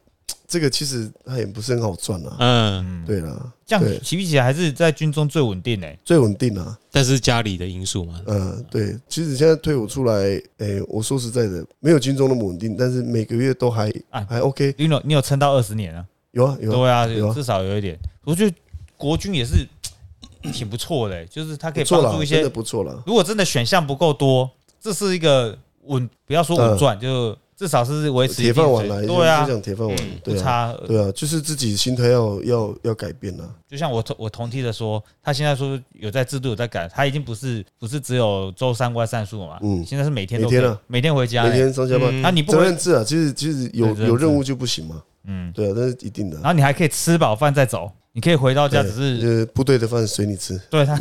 Speaker 3: 这个其实它也不是很好赚啊，
Speaker 1: [LAUGHS] 嗯，
Speaker 3: 对啦，
Speaker 4: 这
Speaker 3: 对
Speaker 4: 样起不起来还是在军中最稳定哎。
Speaker 3: 最稳定啊，
Speaker 1: 但是家里的因素嘛，
Speaker 3: 嗯，对，其实现在退伍出来，哎，我说实在的，没有军中那么稳定，但是每个月都还
Speaker 4: 啊
Speaker 3: 还 OK，
Speaker 4: 你有你有撑到二十年啊？
Speaker 3: 有啊有啊，
Speaker 4: 对啊
Speaker 3: 有，啊
Speaker 4: 至少有一点。我觉得国军也是 [COUGHS] 挺不错的欸，就是他可
Speaker 3: 不
Speaker 4: 以
Speaker 3: 错
Speaker 4: 帮
Speaker 3: 啦
Speaker 4: 助一，
Speaker 3: 真
Speaker 4: 些
Speaker 3: 的。不错啦。
Speaker 4: 如果真的选项不够多，这是一个稳，不要说稳赚，就至少是维持
Speaker 3: 嗯
Speaker 4: 一
Speaker 3: 铁
Speaker 4: 定
Speaker 3: 饭碗
Speaker 4: 水
Speaker 3: 来，
Speaker 4: 对啊
Speaker 3: 就，讲铁饭碗，
Speaker 4: 不
Speaker 3: 对啊，
Speaker 4: 差。
Speaker 3: 对啊，就是自己心态要要要改变啊啦。
Speaker 4: 就像我同我同梯的说，他现在说有在制度有在改，他已经不是不是只有周三外散数了嘛，
Speaker 3: 嗯
Speaker 4: 现在是每天都
Speaker 3: 每天
Speaker 4: 可以
Speaker 3: 啊
Speaker 4: 每天回家
Speaker 3: 每
Speaker 4: 欸，
Speaker 3: 天上下班，
Speaker 1: 嗯
Speaker 4: 那你不
Speaker 3: 责
Speaker 4: 回
Speaker 3: 任，制啊，其实其实有
Speaker 4: 对责任制
Speaker 3: 有任务就不行嘛，
Speaker 4: 嗯，
Speaker 3: 对啊，但是一定的
Speaker 4: 然
Speaker 3: 啊。
Speaker 4: 后你还可以吃饱饭再走，你可以回到家，
Speaker 3: 对
Speaker 4: 只是
Speaker 3: 呃，部队的饭随你吃，
Speaker 4: 对他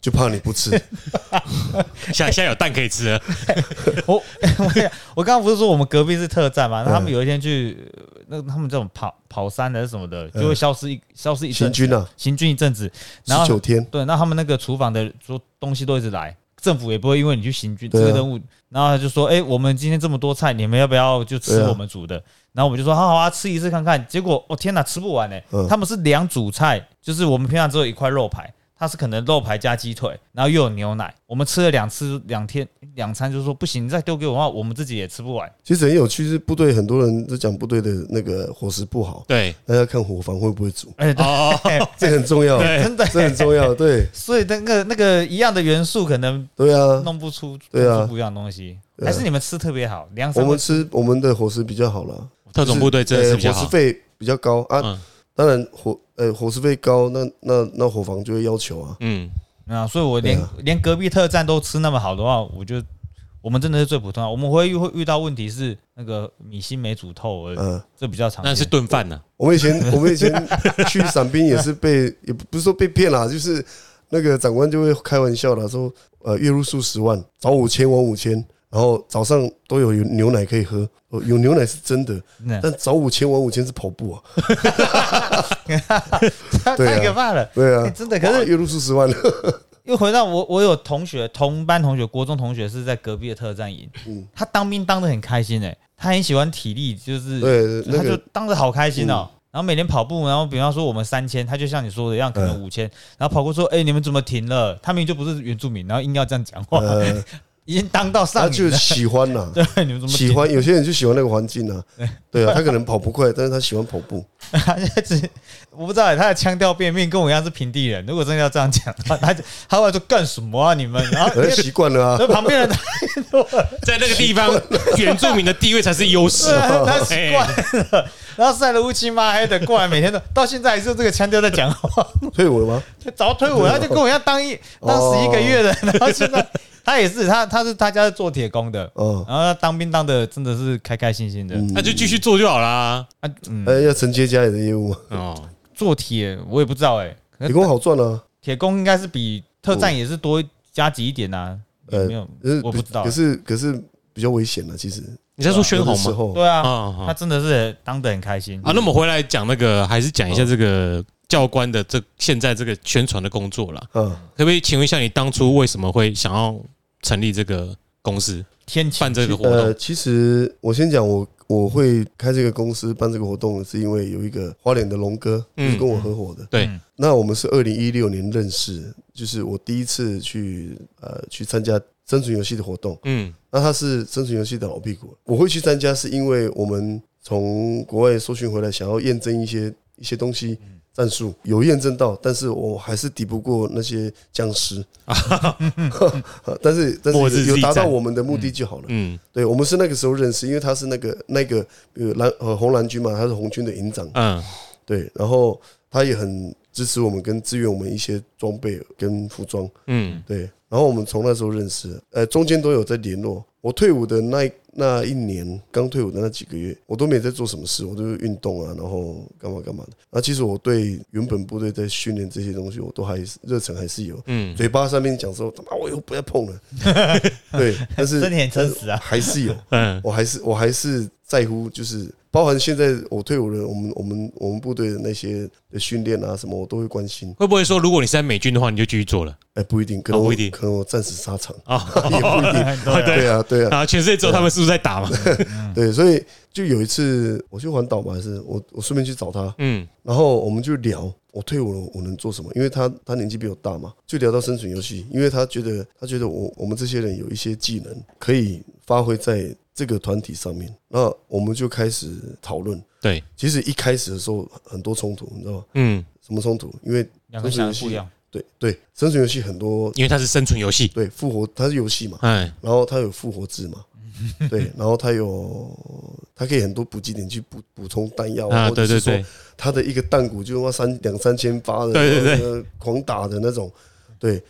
Speaker 3: 就怕你不
Speaker 4: [LAUGHS]
Speaker 3: 吃。
Speaker 1: 现在现在有蛋可以吃了。
Speaker 4: 我我我刚刚不是说我们隔壁是特战嘛？那他们有一天去，呃那他们这种跑跑山的什么的，就会消失一消失一
Speaker 3: 嗯
Speaker 4: 阵
Speaker 3: 行军啊，
Speaker 4: 行军一阵子， [LAUGHS] 然
Speaker 3: 十
Speaker 4: 后
Speaker 3: 九天，
Speaker 4: 对，那他们那个厨房的说东西都一直来，政府也不会因为你去行军这
Speaker 3: 对啊
Speaker 4: 个任务，然后他就说，哎，我们今天这么多菜，你们要不要就吃
Speaker 3: 对啊
Speaker 4: 我们煮的？然后我们就说，好好啊，吃一次看看。结果，我、天哪，吃不完呢、
Speaker 3: 嗯
Speaker 4: 他们是两主菜，就是我们平常只有一块肉排，它是可能肉排加鸡腿，然后又有牛奶。我们吃了两次两天两餐，就说不行，你再丢给我的话，我们自己也吃不完。
Speaker 3: 其实很有趣，是部队很多人都讲部队的那个伙食不好，
Speaker 1: 对，
Speaker 3: 大家看伙房会不会煮，
Speaker 4: 哎、对，
Speaker 1: 哦，
Speaker 3: 这很重要，
Speaker 1: 对
Speaker 4: 真的、
Speaker 3: 这很重要。对
Speaker 4: 所以那个那个一样的元素，可能
Speaker 3: [LAUGHS] 对啊，
Speaker 4: 弄不出
Speaker 3: 对啊
Speaker 4: 弄出不一样的东西，
Speaker 3: 对啊
Speaker 4: 还是你们吃特别好，粮食
Speaker 3: 我
Speaker 4: 会
Speaker 3: 们吃我们的伙食比较好了，
Speaker 1: 哦特种部队真的是比较
Speaker 3: 呃伙
Speaker 1: 好
Speaker 3: 食。费比较高啊。
Speaker 1: 嗯
Speaker 3: 当然伙呃伙食费高，那那那伙房就会要求啊。
Speaker 1: 嗯，
Speaker 4: 啊，所以我连、
Speaker 3: 对啊
Speaker 4: 连隔壁特战都吃那么好的话，我就我们真的是最普通啊。我们会遇会遇到问题是那个米心没煮透而已，
Speaker 3: 嗯，
Speaker 4: 这比较常
Speaker 1: 那是
Speaker 4: 见。
Speaker 1: 顿饭啊呢。
Speaker 3: 我们以前 [LAUGHS] 我们以前去伞兵也是被，也不是说被骗啦，就是那个长官就会开玩笑啦，说呃月入数十万，早五千晚五千，然后早上都有有牛奶可以喝，哦有牛奶是真的，
Speaker 4: 那
Speaker 3: 但早五千晚五千是跑步啊，
Speaker 4: [LAUGHS]
Speaker 3: 对啊
Speaker 4: 太可怕了。
Speaker 3: 对
Speaker 4: 哎
Speaker 3: 啊，
Speaker 4: 真的，可
Speaker 3: 哇
Speaker 4: 是
Speaker 3: 月入数十万，
Speaker 4: 又回到我，我有同学，同班同学，国中同学是在隔壁的特战营，
Speaker 3: 嗯
Speaker 4: 他当兵当的很开心哎、他很喜欢体力，就
Speaker 3: [LAUGHS]
Speaker 4: 是
Speaker 3: 对那
Speaker 4: 他就
Speaker 3: 个嗯
Speaker 4: 当的好开心哦、然后每天跑步，然后比方说我们三千，他就像你说的一样，可
Speaker 3: 嗯
Speaker 4: [LAUGHS] 能五千，然后跑过说，哎、你们怎么停了？他明明就不是原住民，然后硬要这样讲话，
Speaker 3: [LAUGHS] 呃
Speaker 4: 已经当到
Speaker 3: 他
Speaker 4: 上
Speaker 3: 就
Speaker 4: 瘾了。
Speaker 3: 喜欢呐、
Speaker 4: [LAUGHS] 对，你们怎么
Speaker 3: 喜欢？有些人就喜欢那个环境啊，对啊，他可能跑不快，但是他喜欢跑
Speaker 4: [LAUGHS]
Speaker 3: 步。
Speaker 4: 他就只我不知道欸他的腔调变面，跟我一样是平地人。如果真的要这样讲的 [LAUGHS] 话，他就他会说干什么啊你们？然后
Speaker 3: [LAUGHS] 而习惯
Speaker 4: [LAUGHS]
Speaker 3: 了啊
Speaker 4: 那，
Speaker 3: [LAUGHS]
Speaker 4: 旁边人
Speaker 1: 在那个地方，原住民的地位才是优势。
Speaker 3: 啊
Speaker 1: 哎
Speaker 4: 他习惯了， [LAUGHS] 然后晒得乌漆嘛黑的过来，每天都到现在还是用这个腔调在讲话，
Speaker 3: 退伍了吗？
Speaker 4: 早退
Speaker 3: [LAUGHS]
Speaker 4: 伍了，他就跟我一样当一当十一个月的， [LAUGHS] 然后现在他也是他他是他家是做铁工的，
Speaker 3: 哦嗯
Speaker 4: 然后他当兵当的真的是开开心心的，
Speaker 1: 那就继续做就好啦。
Speaker 4: 啊嗯，
Speaker 3: 哎，要承接家里的业
Speaker 4: [LAUGHS]
Speaker 3: 务，
Speaker 1: 哦，
Speaker 4: 做铁我也不知道哎，可
Speaker 3: 理工好赚啊，
Speaker 4: 铁工应该是比特战也是多加急一点呐、啊，有
Speaker 3: 呃
Speaker 4: 没有
Speaker 3: 可是，
Speaker 4: [LAUGHS] 我不知道啊
Speaker 3: 可。是可是比较危险啊了，其实
Speaker 1: 你在说宣
Speaker 3: 有
Speaker 1: 红
Speaker 3: 的时
Speaker 1: 吗？
Speaker 3: 候
Speaker 4: 对
Speaker 1: 啊
Speaker 4: 啊，
Speaker 1: 啊
Speaker 4: 他真的是当得很开心
Speaker 1: 啊！那么回来讲那个，还是讲一下这个教官的这现在这个宣传的工作啦。
Speaker 3: 啊，
Speaker 1: 可不可以请问一下，你当初为什么会想要成立这个公司，
Speaker 4: 天气
Speaker 1: 办这个活
Speaker 3: 呃，
Speaker 1: 动？
Speaker 3: 其实我先讲我。我会开这个公司办这个活动，是因为有一个花脸的龙哥，
Speaker 1: 嗯
Speaker 3: 是跟我合伙的。嗯
Speaker 1: 对，
Speaker 3: 那我们是二零一六年认识，就是我第一次去呃去参加生存游戏的活动。
Speaker 1: 嗯
Speaker 3: 那他是生存游戏的老屁股，我会去参加是因为我们从国外搜寻回来，想要验证一些一些东西。战术
Speaker 1: 嗯
Speaker 3: 有验证到，但是我还是敌不过那些
Speaker 1: [LAUGHS]
Speaker 3: 僵尸，但是但
Speaker 1: 末日之
Speaker 3: 是有
Speaker 1: 战
Speaker 3: 达到我们的目的就好了。
Speaker 1: 嗯
Speaker 3: 对我们是那个时候认识，因为他是那个那个呃蓝呃红蓝军嘛，他是红军的营长，
Speaker 1: 嗯
Speaker 3: 对，然后他也很支持我们跟支援我们一些装备跟服装，
Speaker 1: 嗯
Speaker 3: 对，然后我们从那时候认识，呃，中间都有在联络。我退伍的那一那一年，刚退伍的那几个月，我都没在做什么事，我都是运动啊，然后干嘛干嘛的。那其实我对原本部队在训练这些东西，我都还是热忱还是有。
Speaker 1: 嗯，
Speaker 3: 嘴巴上面讲说他妈我以后不要碰
Speaker 4: [LAUGHS]
Speaker 3: 了，对，但是呃
Speaker 4: 真的很诚实啊
Speaker 3: 还是有，
Speaker 1: 嗯
Speaker 3: 我还是我还是在乎，就是包含现在我退伍了，我们我们我们部队的那些的训练啊什么，我都会关心。
Speaker 1: 会不会说，如果你是在美军的话，你就继续做了
Speaker 3: 哎、不一定，可能
Speaker 1: 哦
Speaker 3: 我、
Speaker 1: 不一定
Speaker 3: 可能我暂时沙场。
Speaker 1: 啊？
Speaker 3: 也不
Speaker 4: [LAUGHS]
Speaker 3: 一定。对啊，对啊，
Speaker 1: [LAUGHS] 啊，全世界只有他们是不是在打嘛？
Speaker 3: 对，所以就有一次我去环岛嘛，还是我我顺便去找他，
Speaker 1: 嗯
Speaker 3: 然后我们就聊我退伍了我能做什么，因为他他年纪比我大嘛，就聊到生存游戏，因为他觉得他觉得我我们这些人有一些技能可以发挥在这个团体上面，那我们就开始讨论。
Speaker 1: 对，
Speaker 3: 其实一开始的时候很多冲突，你知道吗？
Speaker 1: 嗯，
Speaker 3: 什么冲突？因为
Speaker 4: 两个想的不一样，
Speaker 3: 对对，生存游戏很多
Speaker 1: 因为它是生存游戏，
Speaker 3: 对复活，它是游戏嘛，
Speaker 1: 哎，
Speaker 3: 然后它有复活制
Speaker 1: [LAUGHS]
Speaker 3: 嘛，对，然后它有它可以很多补给点去补补充弹药
Speaker 1: 啊，
Speaker 3: 或
Speaker 1: 对
Speaker 3: 者
Speaker 1: 对
Speaker 3: 哦是说
Speaker 1: 对，
Speaker 3: 它的一个弹鼓就他妈三两三千发的，
Speaker 1: 对对对
Speaker 3: 对，狂打的那种，对。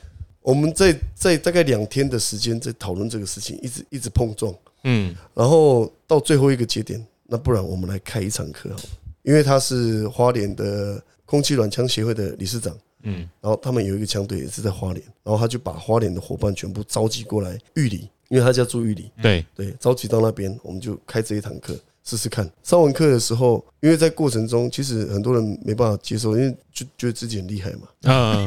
Speaker 3: 我们在在大概两天的时间在讨论这个事情，一直一直碰撞，
Speaker 1: 嗯
Speaker 3: 然后到最后一个节点，那不然我们来开一场课好了，因为他是花莲的空气软枪协会的理事长。
Speaker 1: 嗯，
Speaker 3: 然后他们有一个枪队也是在花莲，然后他就把花莲的伙伴全部召集过来玉里，因为他家住玉里，
Speaker 1: 对，
Speaker 3: 对，召集到那边，我们就开这一堂课试试看。上完课的时候，因为在过程中，其实很多人没办法接受，因为就觉得自己很厉害嘛，
Speaker 1: 嗯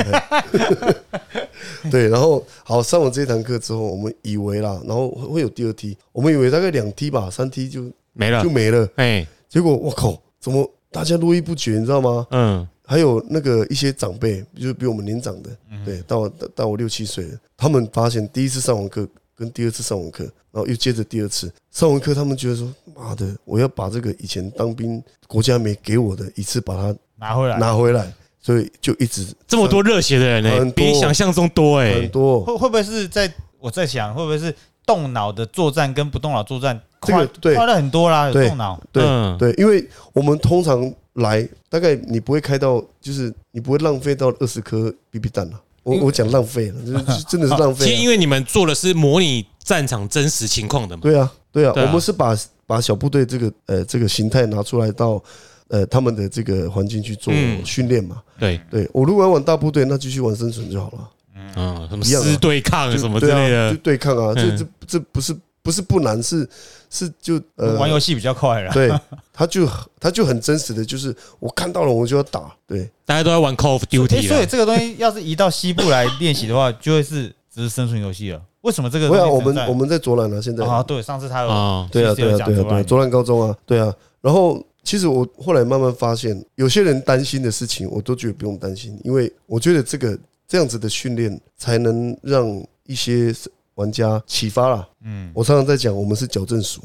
Speaker 3: 对。然后好，上完这一堂课之后，我们以为啦，然后会有第二梯，我们以为大概两梯吧，三梯就
Speaker 1: 没了
Speaker 3: 就，没了。
Speaker 1: 哎，
Speaker 3: 结果我靠，怎么大家络绎不绝，你知道吗？
Speaker 1: 嗯
Speaker 3: 还有那个一些长辈，就是比我们年长的，
Speaker 1: 嗯
Speaker 3: 对，到我到到我六七岁了，他们发现第一次上完课跟第二次上完课，然后又接着第二次上完课，他们觉得说，妈的，我要把这个以前当兵国家没给我的一次把它
Speaker 4: 拿回来
Speaker 3: 拿回来，所以就一直
Speaker 1: 这么多热血的人呢、
Speaker 3: 很多
Speaker 1: 比你想象中多哎、
Speaker 3: 很多
Speaker 4: 会会不会是在我在想，会不会是动脑的作战跟不动脑作战
Speaker 3: 这
Speaker 4: 快
Speaker 3: 个对
Speaker 4: 快了很多啦？有
Speaker 3: 对
Speaker 4: 动脑，
Speaker 3: 对
Speaker 1: 嗯
Speaker 3: 对，因为我们通常来大概你不会开到，就是你不会浪费到二十颗 BB 弹了。啊我我讲浪费了，就是真的是浪费、啊。
Speaker 1: 其实因为你们做的是模拟战场真实情况的嘛，
Speaker 3: 对啊，对啊，
Speaker 1: 对啊
Speaker 3: 我们是把把小部队这个呃这个形态拿出来到呃他们的这个环境去做
Speaker 1: 嗯
Speaker 3: 训练嘛。
Speaker 1: 对，
Speaker 3: 对我如果要玩大部队，那继续玩生存就好了，
Speaker 1: 嗯，什么
Speaker 3: 一样啊
Speaker 1: 师对抗
Speaker 3: 就
Speaker 1: 什么之
Speaker 3: 对
Speaker 1: 类
Speaker 3: 啊，
Speaker 1: 的
Speaker 3: 就，对抗啊，这
Speaker 1: 嗯
Speaker 3: 这这不是不是不难，是是就呃
Speaker 4: 玩游戏比啊较快啦。
Speaker 3: 对，他就他就很真实的，就是我看到了我就要打，对，
Speaker 1: 大家都在玩 Call of
Speaker 4: 诶
Speaker 1: Duty
Speaker 4: 所以
Speaker 1: 了，
Speaker 4: 这个东西要是移到西部来练习的话， [LAUGHS] 就会是只是生存游戏了。为什么这个
Speaker 3: 不
Speaker 4: 东西
Speaker 3: 要我
Speaker 4: 只能
Speaker 3: 们
Speaker 4: 在？
Speaker 3: 我们在左兰啊，现在
Speaker 4: 啊，对，上次他有
Speaker 1: 啊，
Speaker 3: 对啊，
Speaker 4: 其实
Speaker 3: 对
Speaker 4: 有
Speaker 3: 啊，
Speaker 4: 讲
Speaker 3: 对啊，
Speaker 4: 出
Speaker 3: 对啊，
Speaker 4: 来
Speaker 3: 左岸高中
Speaker 4: 嗯
Speaker 3: 啊，对啊。然后其实我后来慢慢发现，有些人担心的事情，我都觉得不用担心，因为我觉得这个这样子的训练才能让一些玩家启发啦。嗯，我常常在讲，我们是矫正
Speaker 4: [LAUGHS]
Speaker 3: 署，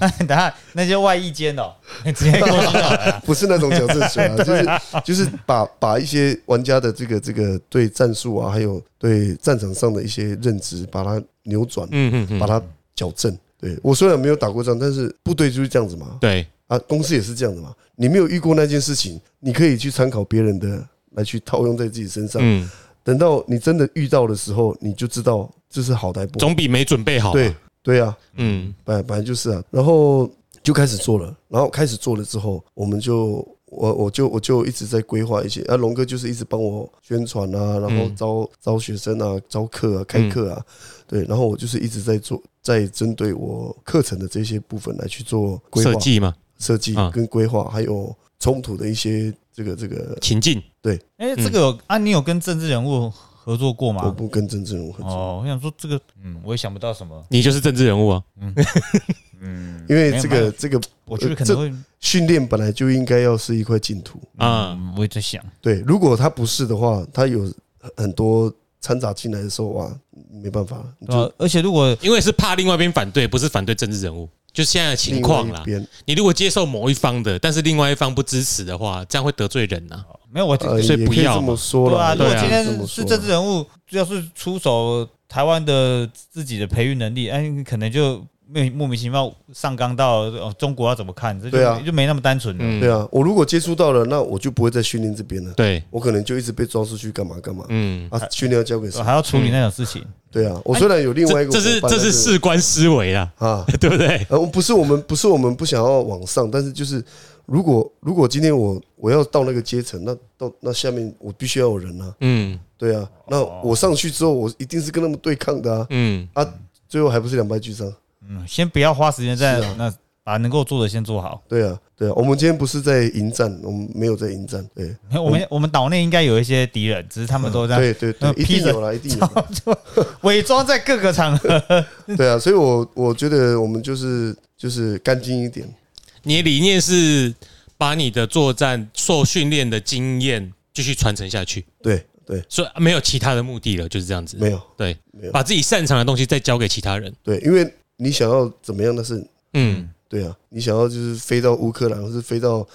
Speaker 4: 那 [LAUGHS] 等下那些外役间哦，直接过去好了啦。
Speaker 3: 不是那种矫正署
Speaker 4: [LAUGHS]
Speaker 3: 啊，就是就是把把一些玩家的这个这个对战术啊，还有对战场上的一些认知，把它扭转，
Speaker 1: 嗯嗯嗯，
Speaker 3: 把它矫正。对我虽然没有打过仗，但是部队就是这样子嘛，
Speaker 1: 对，
Speaker 3: 啊，公司也是这样的嘛。你没有遇过那件事情，你可以去参考别人的来去套用在自己身上。
Speaker 1: 嗯，
Speaker 3: 等到你真的遇到的时候，你就知道这是好歹不好。
Speaker 1: 总比没准备好。
Speaker 3: 对，对啊，
Speaker 1: 嗯
Speaker 3: 本来本来就是啊，然后就开始做了，然后开始做了之后，我们就我我就我就一直在规划一些啊，龙哥就是一直帮我宣传啊，然后
Speaker 1: 嗯
Speaker 3: 招、招学生啊，招课啊，开课啊，对，然后我就是一直在做，在针对我课程的这些部分来去做规
Speaker 1: 设
Speaker 3: 划、
Speaker 1: 计嘛，
Speaker 3: 设计
Speaker 1: 啊
Speaker 3: 跟规划，还有冲突的一些这个这个，
Speaker 1: 情境，
Speaker 4: 哎，这个有啊，你有跟政治人物合作过
Speaker 3: 嗯我
Speaker 4: 吗？
Speaker 3: 不跟郑志荣合作，
Speaker 4: 哦，我想说这个，嗯，我也想不到什么，
Speaker 1: 你就是政治人物啊。
Speaker 4: 嗯，
Speaker 3: 因为这
Speaker 4: 没有
Speaker 3: 个
Speaker 4: 嘛
Speaker 3: 呃这嗯个
Speaker 4: 我觉得可能会，
Speaker 3: 训练本来就应该要是一块净土，
Speaker 1: 啊
Speaker 4: 嗯，我也在想，
Speaker 3: 对，如果他不是的话，他有很很多掺杂进来的时候，哇，没办法，你
Speaker 4: 对吧
Speaker 3: 就
Speaker 4: 而且如果
Speaker 1: 因为是怕另外一边反对，不是反对政治人物，就现在的情况
Speaker 3: 另外
Speaker 1: 啦
Speaker 3: 一。边
Speaker 1: 你如果接受某一方的，但是另外一方不支持的话，这样会得罪人啊呐、
Speaker 4: 没有我，
Speaker 3: 呃，
Speaker 4: 对
Speaker 1: 所以
Speaker 3: 也
Speaker 1: 不
Speaker 3: 可以
Speaker 1: 要
Speaker 3: 这么说
Speaker 4: 啊，
Speaker 3: 了。
Speaker 4: 如
Speaker 1: 对
Speaker 4: 果
Speaker 1: 啊
Speaker 4: 今
Speaker 3: 这
Speaker 4: 天
Speaker 3: 么
Speaker 4: 是
Speaker 3: 说
Speaker 4: 政治人物，要是出手台湾的自己的培育能力，哎，可能就没有莫名其妙上纲到哦，中国要怎么看？这就
Speaker 3: 对啊
Speaker 4: 就没那么单纯了。
Speaker 1: 嗯，
Speaker 3: 对啊，我如果接触到了，那我就不会在训练这边了，
Speaker 1: 对，
Speaker 3: 我可能就一直被抓出去干嘛干嘛
Speaker 1: 嗯，
Speaker 3: 啊，训练要交给谁
Speaker 4: 我？还要处理那种事情，
Speaker 3: 对啊，我虽然有另外一
Speaker 1: 这这
Speaker 3: 个
Speaker 1: 是
Speaker 3: 伙伴
Speaker 1: 这是事关思维啦，
Speaker 3: 但啊，
Speaker 1: 对不对？
Speaker 3: 呃，不是我们不是我们不想要往上，但是就是如果如果今天我我要到那个阶层，那到那下面我必须要有人啊，
Speaker 1: 嗯
Speaker 3: 对啊，那我上去之后，我一定是跟他们对抗的啊，
Speaker 1: 嗯，
Speaker 3: 啊，最后还不是两败俱伤？
Speaker 4: 嗯，先不要花时间在
Speaker 3: 是啊
Speaker 4: 那，把能够做的先做好。
Speaker 3: 对啊，对啊，我们今天不是在迎战，我们没有在迎战，对，啊
Speaker 4: 我们我们岛内应该有一些敌人，只是他们都在
Speaker 3: 嗯对对对
Speaker 4: 那，
Speaker 3: 一定
Speaker 4: 披着
Speaker 3: 有啦，一定有啦，
Speaker 4: 伪装在各个场合。
Speaker 3: 对啊，所以我我觉得我们就是就是干净一点，
Speaker 1: 你的理念是把你的作战受训练的经验继续传承下去，
Speaker 3: 对对，
Speaker 1: 所以没有其他的目的了，就是这样子。
Speaker 3: 没有
Speaker 1: 对
Speaker 3: 没，有
Speaker 1: 把自己擅长的东西再交给其他人。
Speaker 3: 对，因为你想要怎么样那是
Speaker 1: 嗯，
Speaker 3: 对啊，你想要就是飞到乌克兰，或是飞到、那个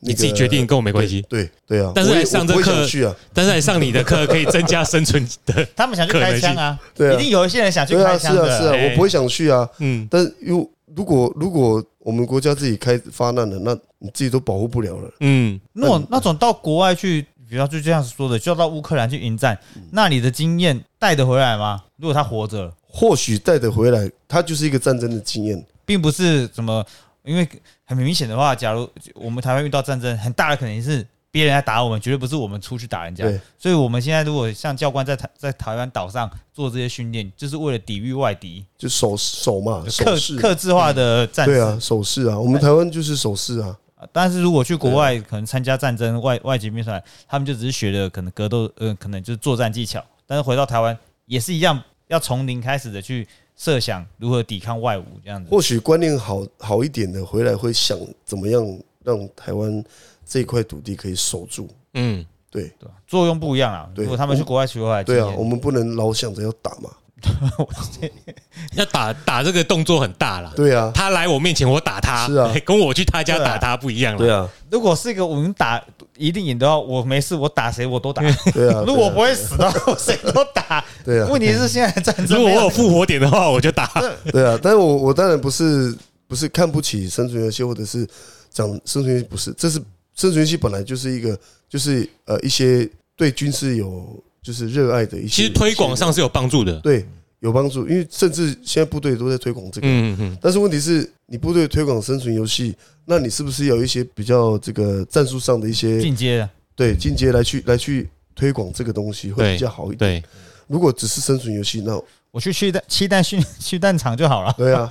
Speaker 1: 你自己决定，跟我没关系。
Speaker 3: 对对啊，
Speaker 1: 但是
Speaker 3: 我也
Speaker 1: 来上这
Speaker 3: 我不会
Speaker 1: 课
Speaker 3: 想去啊，
Speaker 1: 但是来上你的课可以增加生存
Speaker 3: [LAUGHS]
Speaker 1: 的，
Speaker 4: 他们想去开枪啊，
Speaker 3: 对啊
Speaker 4: 一定有一些人想去
Speaker 3: 对
Speaker 4: 开
Speaker 3: 啊，是
Speaker 4: 枪
Speaker 3: 啊
Speaker 4: 的。
Speaker 3: 是啊，
Speaker 1: 哎
Speaker 3: 我不会想去啊，
Speaker 1: 嗯，
Speaker 3: 但是又如果如果我们国家自己开发难了，那你自己都保护不了了，
Speaker 1: 嗯，
Speaker 4: 那种那种到国外去，比方就这样说的，就要到乌克兰去迎战，
Speaker 3: 嗯
Speaker 4: 那你的经验带得回来吗？如果他活着，
Speaker 3: 或许带得回来，它就是一个战争的经验。
Speaker 4: 并不是什么，因为很明显的话，假如我们台湾遇到战争，很大的可能是别人来打我们，绝对不是我们出去打人家
Speaker 3: 对。
Speaker 4: 所以我们现在如果像教官在台在台湾岛上做这些训练，就是为了抵御外敌，
Speaker 3: 就手手嘛，手
Speaker 4: 克
Speaker 3: 势，
Speaker 4: 克制化的战
Speaker 3: 对
Speaker 4: 士。
Speaker 3: 啊，手势
Speaker 1: 哎
Speaker 3: 啊，我们台湾就是手势啊，
Speaker 4: 但是如果去国外，可能参加战争，外外籍兵团，他们就只是学的可能格斗，呃，可能就是作战技巧。但是回到台湾也是一样，要从零开始的去设想如何抵抗外侮这样子。
Speaker 3: 或许观念好好一点的，回来会想怎么样让台湾这块土地可以守住。
Speaker 1: 嗯，
Speaker 3: 对
Speaker 4: 对吧作用不一样啦。
Speaker 3: 对
Speaker 4: 如果他们去
Speaker 3: 我
Speaker 4: 国外学回来的经
Speaker 3: 对
Speaker 4: 验，
Speaker 3: 啊，我们不能老想着要打嘛。
Speaker 1: 要打打这个动作很大啦。
Speaker 3: 对啊，
Speaker 1: 他来我面前，我打他，哎
Speaker 3: 是啊
Speaker 1: 跟我去他家打他不一样了。
Speaker 3: 啊，
Speaker 4: 如果是一个我们打一定赢的话，我没事，我打谁我都打。
Speaker 3: 对
Speaker 1: [LAUGHS]
Speaker 3: 啊。
Speaker 4: 如果我不会死的话，我谁都打。
Speaker 3: 对啊
Speaker 4: 问题是现在战争
Speaker 1: 如果
Speaker 4: 没
Speaker 1: 我
Speaker 4: 有
Speaker 1: 有复活点的话，我就打。
Speaker 3: 对啊，但 [LAUGHS] 是我我当然不是不是看不起生存游戏，或者是讲生存游戏不是，这是生存游戏本来就是一个就是呃一些对军事有就是热爱的一
Speaker 1: 其
Speaker 3: 些，
Speaker 1: 实推广上是有帮助的。
Speaker 3: 对有帮助，因为甚至现在部队都在推广这个。
Speaker 1: 嗯嗯
Speaker 3: 但是问题是你部队推广生存游戏，那你是不是有一些比较这个战术上的一些
Speaker 4: 进阶了，
Speaker 3: 对进阶来去来去推广这个东西会
Speaker 1: 对
Speaker 3: 比较好一
Speaker 1: 嗯，
Speaker 3: 点？
Speaker 1: 对，
Speaker 3: 如果只是生存游戏，那
Speaker 4: 我去去弹气弹训去弹场就好了。
Speaker 3: 对啊，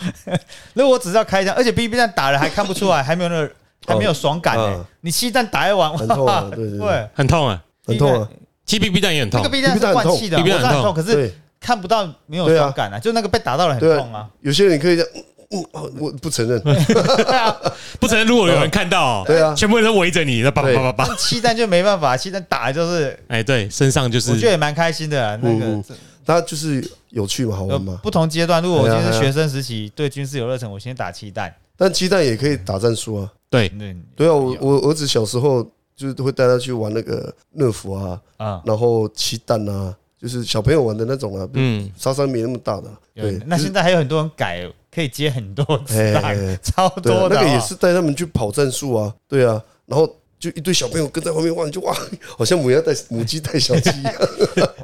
Speaker 4: 如果我只是要开枪，而且 BB 弹打了还看不出
Speaker 3: [LAUGHS]
Speaker 4: 来，还没有那个还没有爽感呢、
Speaker 3: 嗯
Speaker 4: 你气弹打一完，
Speaker 3: 很痛啊
Speaker 4: 哇
Speaker 3: 对对对
Speaker 4: [LAUGHS] 对，
Speaker 1: 很痛啊，
Speaker 3: 很痛啊，
Speaker 1: 其实 BB 弹也很
Speaker 4: 那
Speaker 1: 痛
Speaker 4: 个。BB 弹是灌气的，我
Speaker 1: BB
Speaker 4: 知
Speaker 1: 弹
Speaker 4: 道
Speaker 1: 很
Speaker 4: 很
Speaker 1: 痛
Speaker 4: 痛，可是
Speaker 3: 对
Speaker 4: 看不到没有爽感啊，就那个被打到了很
Speaker 3: 对
Speaker 4: 痛啊
Speaker 3: 啊。，有些人可以讲，嗯嗯哦我不承
Speaker 4: [LAUGHS]
Speaker 3: 认，
Speaker 4: 对啊，
Speaker 1: 不承认，如果有人看到，
Speaker 3: 对啊
Speaker 1: 全部人都围着你，那叭叭
Speaker 3: 对
Speaker 1: 叭叭叭。
Speaker 4: 气弹就没办法，气弹打就是，
Speaker 1: 哎，对，身上就
Speaker 4: 我觉得
Speaker 1: 是
Speaker 4: 也蛮开心的啊、那个
Speaker 3: 嗯
Speaker 4: 这
Speaker 3: 大家就是有趣嘛，好
Speaker 4: 有
Speaker 3: 玩嘛。
Speaker 4: 呃不同阶段，如果我
Speaker 3: 对
Speaker 4: 今
Speaker 3: 啊
Speaker 4: 天
Speaker 3: 对
Speaker 4: 是
Speaker 3: 啊
Speaker 4: 学生时期，对军事有热忱，我先打气弹。嗯
Speaker 3: 但鸡蛋也可以打战术啊。
Speaker 1: 对，
Speaker 4: 对，
Speaker 3: 对啊，我我儿子小时候就是会带他去玩那个乐福啊，
Speaker 4: 啊，
Speaker 3: 然后鸡蛋啊，就是小朋友玩的那种啊，
Speaker 1: 嗯，
Speaker 3: 杀伤没那么大的啊。
Speaker 4: 有
Speaker 3: 对，
Speaker 4: 那
Speaker 3: 就是
Speaker 4: 现在还有很多人改，可以接很多子
Speaker 3: 哎哎
Speaker 4: 弹
Speaker 3: 哎，
Speaker 4: 超
Speaker 3: 对啊
Speaker 4: 多，的。
Speaker 3: 那个
Speaker 4: 好不
Speaker 3: 也
Speaker 4: 好
Speaker 3: 是带他们去跑战术啊，对啊，然后就一堆小朋友跟在后面哇，你就哇，好像母鸭带母鸡带小鸡一
Speaker 4: [LAUGHS]
Speaker 3: 样，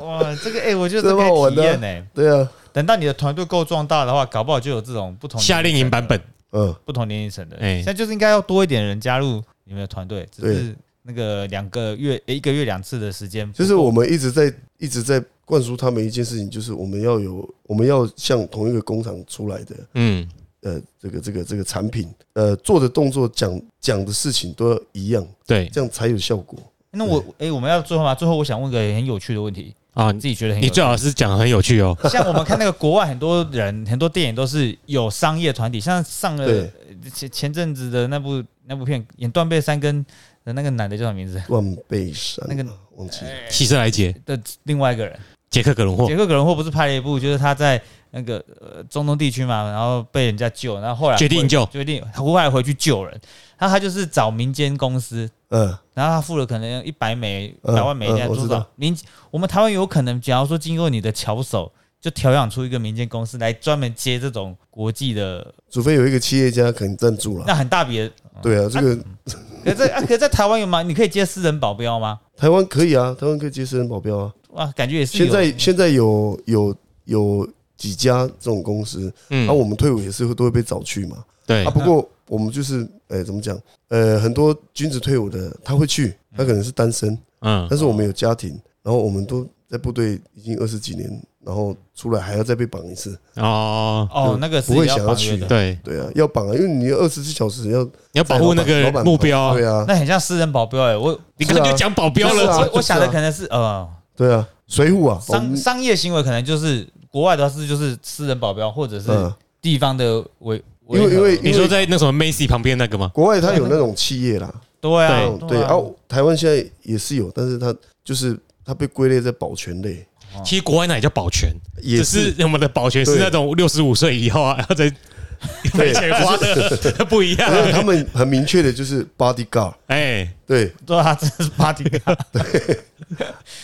Speaker 4: 哇，这个哎，我觉得
Speaker 3: 这
Speaker 4: 这
Speaker 3: 蛮好
Speaker 4: 个可
Speaker 3: 玩
Speaker 4: 以
Speaker 3: 的
Speaker 4: 体
Speaker 3: 啊
Speaker 4: 验呢。
Speaker 3: 对啊，
Speaker 4: 等到你的团队够壮大的话，搞不好就有这种不同
Speaker 1: 夏令营版本，
Speaker 3: 嗯，
Speaker 4: 不同年龄层的，
Speaker 1: 哎
Speaker 4: 现在就是应该要多一点人加入你们的团队，只是
Speaker 3: 对
Speaker 4: 那个两个月诶一个月两次的时间，
Speaker 3: 就是我们一直在一直在灌输他们一件事情，就是我们要有我们要像同一个工厂出来的，
Speaker 1: 嗯，
Speaker 3: 呃，这个这个这个产品，呃，做的动作讲讲的事情都要一样，
Speaker 1: 对
Speaker 3: 这样才有效果。
Speaker 4: 哎那我诶，我们要最后吗？最后我想问个很有趣的问题，
Speaker 1: 啊，
Speaker 4: 你自己觉得很
Speaker 1: 你
Speaker 4: 有趣
Speaker 1: 最？好 [LAUGHS] 是讲很有趣哦，
Speaker 4: 像我们看那个国外很多人很多电影都是有商业团体，像上了
Speaker 3: 对
Speaker 4: 呃前前阵子的那部那部片演《断背山》跟的那个男的叫什么名字？
Speaker 3: 万倍山
Speaker 4: 那个
Speaker 3: 忘记了，
Speaker 1: 希斯莱杰、
Speaker 4: 的另外一个人，
Speaker 1: 杰克·葛伦霍
Speaker 4: 杰、克·葛伦霍不是拍了一部，就是他在那个呃中东地区嘛，然后被人家救，然后后来
Speaker 1: 决定
Speaker 4: 回
Speaker 1: 救
Speaker 4: 决定后来回去救人，然后他就是找民间公司，
Speaker 3: 嗯，
Speaker 4: 然后他付了可能一百美、
Speaker 3: 嗯
Speaker 4: 百万美金
Speaker 3: 嗯我
Speaker 4: 多
Speaker 3: 知
Speaker 4: 少
Speaker 3: 道？
Speaker 4: 民我们台湾有可能，假如说经过你的巧手，就调养出一个民间公司来专门接这种国际的，
Speaker 3: 除非有一个企业家肯赞助了，
Speaker 4: 那很大笔的。
Speaker 3: 对啊，这个
Speaker 4: 可是在、啊可是在台湾有吗？你可以接私人保镖吗？
Speaker 3: 台湾可以啊，台湾可以接私人保镖啊。
Speaker 4: 哇，感觉也是有
Speaker 3: 现在现在有有有几家这种公司，啊
Speaker 1: 嗯
Speaker 3: 那、，我们退伍也是会都会被找去嘛。
Speaker 1: 对
Speaker 3: 啊，，不过我们就是，呃，怎么讲？呃，很多军职退伍的他会去，他可能是单身，
Speaker 1: 嗯，
Speaker 3: 但是我们有家庭，然后我们都在部队已经二十几年，然后出来还要再被绑一次，
Speaker 1: 哦，
Speaker 4: 哦，那个是
Speaker 3: 不会
Speaker 4: 也
Speaker 3: 想要
Speaker 4: 绑约
Speaker 3: 去
Speaker 4: 的，
Speaker 1: 对，
Speaker 3: 对啊，要绑啊，因为你二十四小时要
Speaker 1: 你要保护那
Speaker 3: 在
Speaker 1: 个
Speaker 3: 老板
Speaker 1: 目标啊
Speaker 3: 对，啊，
Speaker 4: 那很像私人保镖哎、我
Speaker 1: 你刚才就讲保镖
Speaker 3: 是
Speaker 1: 了，
Speaker 3: 啊
Speaker 4: 我
Speaker 3: 就
Speaker 4: 我想的
Speaker 3: 啊
Speaker 4: 可能是呃，
Speaker 3: 对啊，水浒啊，我
Speaker 4: 商
Speaker 3: 们
Speaker 4: 商业行为可能就是国外的是就是私人保镖或者是
Speaker 3: 嗯，
Speaker 4: 地方的维，
Speaker 3: 因为因为
Speaker 4: 维和
Speaker 1: 你
Speaker 3: 因
Speaker 1: 说
Speaker 3: 为
Speaker 1: 在那什么 Macy 旁边那个吗？
Speaker 3: 国外他有那种企业啦，
Speaker 4: 对
Speaker 3: 那
Speaker 4: 啊
Speaker 3: 种对啊
Speaker 4: 啊，，
Speaker 3: 台湾现在也是有，但是他就是他被归类在保全类，
Speaker 1: 其实国外那也叫保全，
Speaker 3: 哦也
Speaker 1: 只
Speaker 3: 是
Speaker 1: 是我们的保全是
Speaker 3: 对
Speaker 1: 那种六十五岁以后啊，然后再
Speaker 3: 对
Speaker 1: [LAUGHS] 没钱花 [LAUGHS] 的不一样
Speaker 3: 因，为他们很明确的就是 bodyguard，
Speaker 1: 哎，
Speaker 3: 对，
Speaker 4: 对啊，这是 party 啊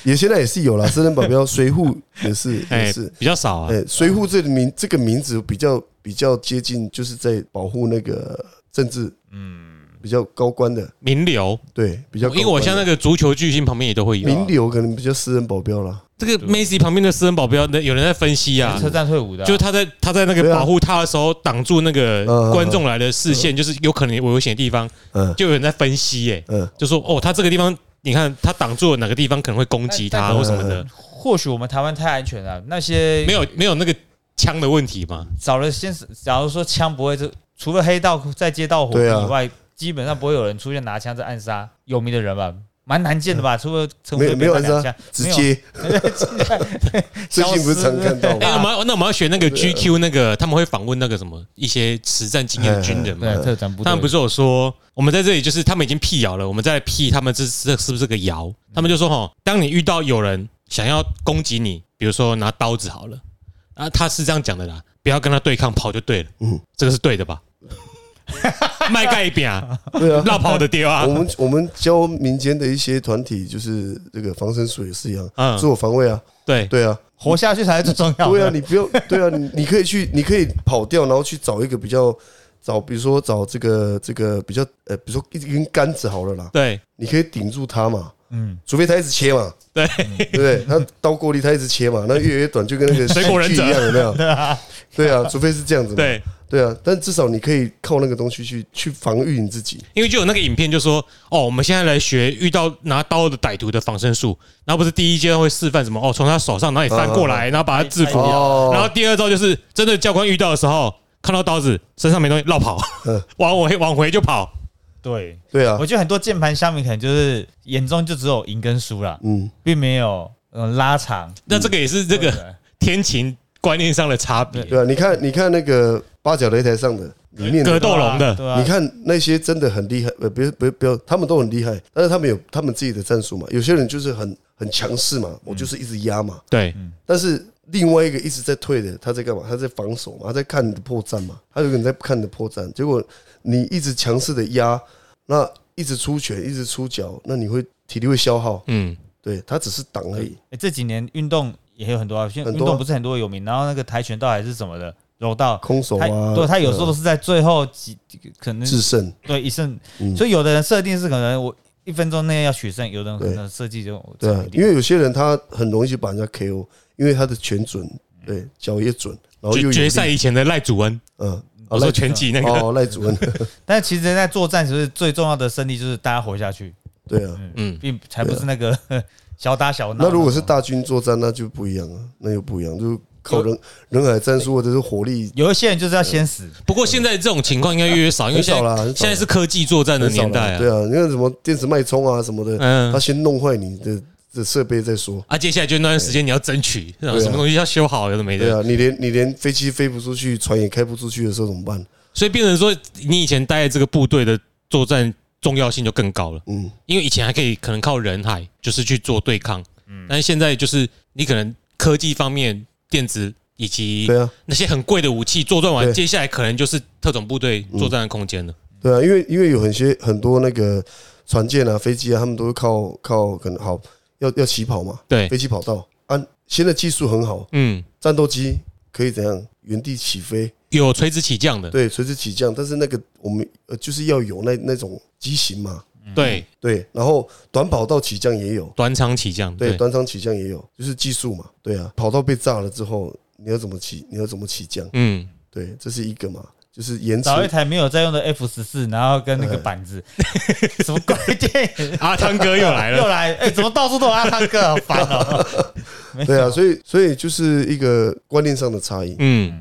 Speaker 3: 也现在也是有啦，私人保镖水户也是也
Speaker 1: [LAUGHS] 哎
Speaker 3: 是，，
Speaker 1: 比较少啊，
Speaker 3: 哎，水户这个名这个名字比较比较接近，就是在保护那个政治，嗯，比较高官的，
Speaker 1: 名流，
Speaker 3: 对，比较高
Speaker 1: 哦因为我像那
Speaker 3: 个
Speaker 1: 个足球巨星旁边也都会有啊。
Speaker 3: 名流可能比较私人保镖啦，
Speaker 1: 这个 Macy 旁边的私人保镖，那有人在分析啊，
Speaker 4: 车站退伍的啊，
Speaker 1: 就是他在他在那个
Speaker 3: 对啊
Speaker 1: 保护他的时候，挡住那个
Speaker 3: 嗯嗯
Speaker 1: 观众来的视线，就是有可能有危险的地方，
Speaker 3: 嗯
Speaker 1: 就有人在分析，哎，
Speaker 3: 嗯，
Speaker 1: 就说哦，他这个地方，你看他挡住了哪个地方可能会攻击
Speaker 3: 哎
Speaker 1: 他
Speaker 3: 啊
Speaker 4: 但
Speaker 1: 或什么的，
Speaker 4: 或许我们台湾太安全了，那些
Speaker 1: 没有没有那个枪的问题嘛，
Speaker 4: 找了先是，假如说枪不会，这除了黑道在街道火
Speaker 3: 对啊
Speaker 4: 以外，基本上不会有人出现拿枪在暗杀有名的人吧。蛮难见的吧？除了陈
Speaker 3: 嗯没
Speaker 4: 慧
Speaker 3: 有
Speaker 4: 琳
Speaker 3: 没有
Speaker 4: 被
Speaker 3: 暗
Speaker 4: 打两
Speaker 3: 杀
Speaker 4: 枪，
Speaker 3: 直接，最近不是常看到
Speaker 1: 哎、
Speaker 3: 吗？
Speaker 1: 我们要那我们要学那
Speaker 3: 啊
Speaker 1: 个 GQ 那个，他们会访问那个什么一些实战经验的军人
Speaker 3: 哎嗯
Speaker 4: 对
Speaker 1: 嘛。
Speaker 4: 啊特战部队，
Speaker 1: 他们不是有说，我们在这里就是他们已经辟谣了，我们在辟他们这这是不是个谣？他们就说哈，当你遇到有人想要攻击你，比如说拿刀子好了，啊，他是这样讲的啦，不要跟他对抗，跑就对了。嗯
Speaker 3: 嗯，
Speaker 1: 这个是对的 [LAUGHS] 吧？卖盖饼啊，
Speaker 3: 对啊，
Speaker 1: 绕跑的丢啊
Speaker 3: 我，们我们教民间的一些团体，就是这个防身术也是一样，
Speaker 1: [LAUGHS] 嗯
Speaker 3: 自我防卫啊，
Speaker 1: 对，
Speaker 3: 对啊，
Speaker 4: 活下去才是最重要
Speaker 3: [LAUGHS]
Speaker 4: 的。
Speaker 1: [LAUGHS]
Speaker 3: 对啊，你不要，对啊，你你可以去，你可以跑掉，然后去找一个比较，找比如说找这个这个比较，呃，比如说一根杆子好了啦，
Speaker 1: 对，
Speaker 3: 你可以顶住它嘛，
Speaker 4: 嗯，
Speaker 3: 除非它一直切嘛，
Speaker 1: [LAUGHS] 对
Speaker 3: 对不对？它刀过力，它一直切嘛，那越来越短，就跟那个
Speaker 1: [LAUGHS] 水果忍者
Speaker 3: 戏剧一样，有
Speaker 1: [LAUGHS]
Speaker 3: 没有？对啊，除非是这样子嘛，
Speaker 1: 对，
Speaker 3: 对啊，但至少你可以靠那个东西去去防御你自己，
Speaker 1: 因为就有那个影片就说，哦，我们现在来学遇到拿刀的歹徒的防身术，然后不是第一阶段会示范什么，哦，从他手上哪里翻过来，然后把他制服，
Speaker 3: 哦
Speaker 1: 然后第二招就是真的教官遇到的时候，看到刀子身上没东西，绕跑
Speaker 3: 嗯，
Speaker 1: [LAUGHS] 往回往回就跑，
Speaker 4: 对，
Speaker 3: 对啊
Speaker 4: 我，觉得很多键盘乡民可能就是眼中就只有赢跟输啦，
Speaker 3: 嗯，
Speaker 4: 并没有呃拉长
Speaker 1: 那这个也是这
Speaker 4: 对
Speaker 1: 个天晴观念上的差别，
Speaker 3: 对啊，你看你看那个八角擂台上的里面的
Speaker 1: 格斗龙的
Speaker 4: 对啊
Speaker 3: 你，看那些真的很厉害，呃，别别不要，他们都很厉害，但是他们有他们自己的战术嘛。有些人就是很很强势嘛，我就是一直压嘛。
Speaker 1: 对，
Speaker 3: 但是另外一个一直在退的，他在干嘛？他在防守嘛，他在看你的破绽嘛，他有可能在看你的破绽。结果你一直强势的压，那一直出拳，一直出脚，那你会体力会消耗。
Speaker 1: 嗯，
Speaker 3: 对他只是挡而已，
Speaker 4: 欸这几年运动也有很多啊，现在
Speaker 3: 很
Speaker 4: 运
Speaker 3: 多啊
Speaker 4: 动不是很多有名，然后那个跆拳道还是什么的，柔道，
Speaker 3: 空手
Speaker 4: 他
Speaker 3: 啊，嗯
Speaker 4: 对他有时候都
Speaker 3: 呃
Speaker 4: 是在最后几可能
Speaker 3: 制胜。
Speaker 4: 对一胜，
Speaker 3: 嗯
Speaker 4: 所以有的人设定是可能我一分钟内要取胜，有的人可能设计就
Speaker 3: 对啊，因
Speaker 4: 为
Speaker 3: 为有些人他很容易就把人家 KO，因为他的拳准，对脚也准，然哦后又有
Speaker 1: 决决
Speaker 3: 力
Speaker 1: 赛，以前的赖祖恩，
Speaker 3: 嗯，
Speaker 1: 我说拳击那个，
Speaker 3: 哦，赖主任， [LAUGHS]
Speaker 4: 但其实，在作战时候最重要的胜利就是大家活下去，
Speaker 3: 对啊。
Speaker 1: 嗯，
Speaker 4: 并才不是那个 [LAUGHS] 小打小闹。
Speaker 3: 那如果是大军作战，那就不一样了，那又不一样，就靠人人海战术或者是火力，
Speaker 4: 有一些人就是要先死，
Speaker 1: 不过现在这种情况应该越来越少，因为
Speaker 3: 很
Speaker 1: 现
Speaker 3: 少啦，
Speaker 1: 在
Speaker 3: 很少啦
Speaker 1: 现在是科技作战的
Speaker 3: 很少啦
Speaker 1: 年代啊
Speaker 3: 对，啊，你看什么电子脉冲啊什么的，他
Speaker 1: 嗯，
Speaker 3: 先弄坏你的的设备再说。
Speaker 1: 啊，接下来就那段时间你要争取什
Speaker 3: 对啊
Speaker 1: 么东西要修好，有的没
Speaker 3: 对
Speaker 1: 的，
Speaker 3: 啊，你连你连飞机飞不出去，船也开不出去的时候怎么办？
Speaker 1: 所以变成说你以前待在这个部队的作战重要性就更高了。
Speaker 3: 嗯，
Speaker 1: 因为以前还可以可能靠人海就是去做对抗，但是现在就是你可能科技方面、电子以及
Speaker 3: 对啊，
Speaker 1: 那些很贵的武器作战完，
Speaker 3: 对
Speaker 1: 接下来可能就是特种部队作战的空间了。
Speaker 3: 对啊，因为因为有很些很多那个船舰啊、飞机啊，他们都是靠靠可能好要要起跑嘛，
Speaker 1: 对
Speaker 3: 飞，机跑道啊，现在技术很好，
Speaker 1: 嗯，
Speaker 3: 战斗机可以怎样原地起飞，
Speaker 1: 有垂直起降的，
Speaker 3: 对，垂直起降，但是那个我们呃就是要有那那种机型嘛，
Speaker 1: 对，
Speaker 3: 对，然后短跑道起降也有，
Speaker 1: 短场起降，
Speaker 3: 对，
Speaker 1: 对，
Speaker 3: 端舱起降也有，就是技术嘛，对啊，跑道被炸了之后，你要怎么起，你要怎么起降，
Speaker 1: 嗯，
Speaker 3: 对，这是一个嘛，就是延迟
Speaker 4: 找一台没有在用的 F 十四，然后跟那
Speaker 3: 哎
Speaker 4: 个板子， [LAUGHS] 什么鬼电
Speaker 1: [LAUGHS]
Speaker 4: 影
Speaker 1: 阿汤哥又来
Speaker 4: [LAUGHS] 又
Speaker 1: 了，
Speaker 4: 来？哎，怎么到处都有阿汤哥？好烦 [LAUGHS] 哦！没
Speaker 3: 对啊，
Speaker 4: 有，
Speaker 3: 所以所以就是一个观念上的差异。
Speaker 1: 嗯，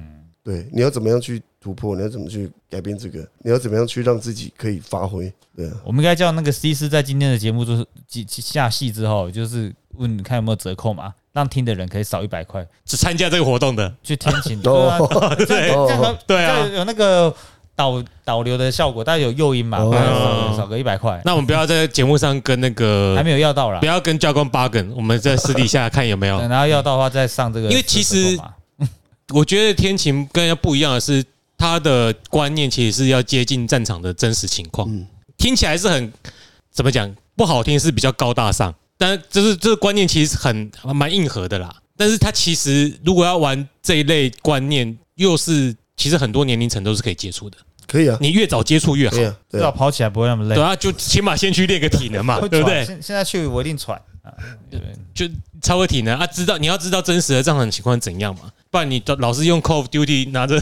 Speaker 3: 对，你要怎么样去突破？你要怎么去改变这个？你要怎么样去让自己可以发挥？对啊，
Speaker 4: 我们应该叫那个 C 师在今天的节目就是几几下戏之后，就是问你看有没有折扣嘛，让听的人可以少一百块
Speaker 1: 只参加这个活动的，
Speaker 4: 去天 [LAUGHS] 晴。对啊，
Speaker 3: 哦，
Speaker 4: 这样这样
Speaker 1: 对啊
Speaker 4: 这样有那个导导流的效果，但有诱因嘛，
Speaker 3: 哦
Speaker 4: 大概少少个一百块，
Speaker 1: 那我们不要在节目上跟那
Speaker 4: 还
Speaker 1: 个，
Speaker 4: 没有要到啦
Speaker 1: 不。要跟教官 b 梗，我们在私底下看有没有
Speaker 4: 对。然后要到的话再上这个折扣码，
Speaker 1: 因为其实我觉得天晴跟人家不一样的是，他的观念其实是要接近战场的真实情况。
Speaker 3: 嗯
Speaker 1: 听起来是很怎么讲不好听，是比较高大上，但就是这个观念其实很蛮硬核的啦。但是他其实如果要玩这一类观念，又是其实很多年龄层都是可以接触的，
Speaker 3: 可以啊，
Speaker 1: 你越早接触越好
Speaker 3: 可以。啊，
Speaker 4: 至
Speaker 3: 对
Speaker 4: 少
Speaker 3: 啊，
Speaker 4: 跑起来不会那么累
Speaker 1: 对。啊，就起码先去练个体
Speaker 4: [LAUGHS]
Speaker 1: 能嘛，
Speaker 4: 会
Speaker 1: 对不
Speaker 4: 喘
Speaker 1: 对？
Speaker 4: 现现在去我一定喘啊！对不对
Speaker 1: 就超个体能啊，知道你要知道真实的战场情况怎样嘛，不然你都老是用 Call of Duty 拿着，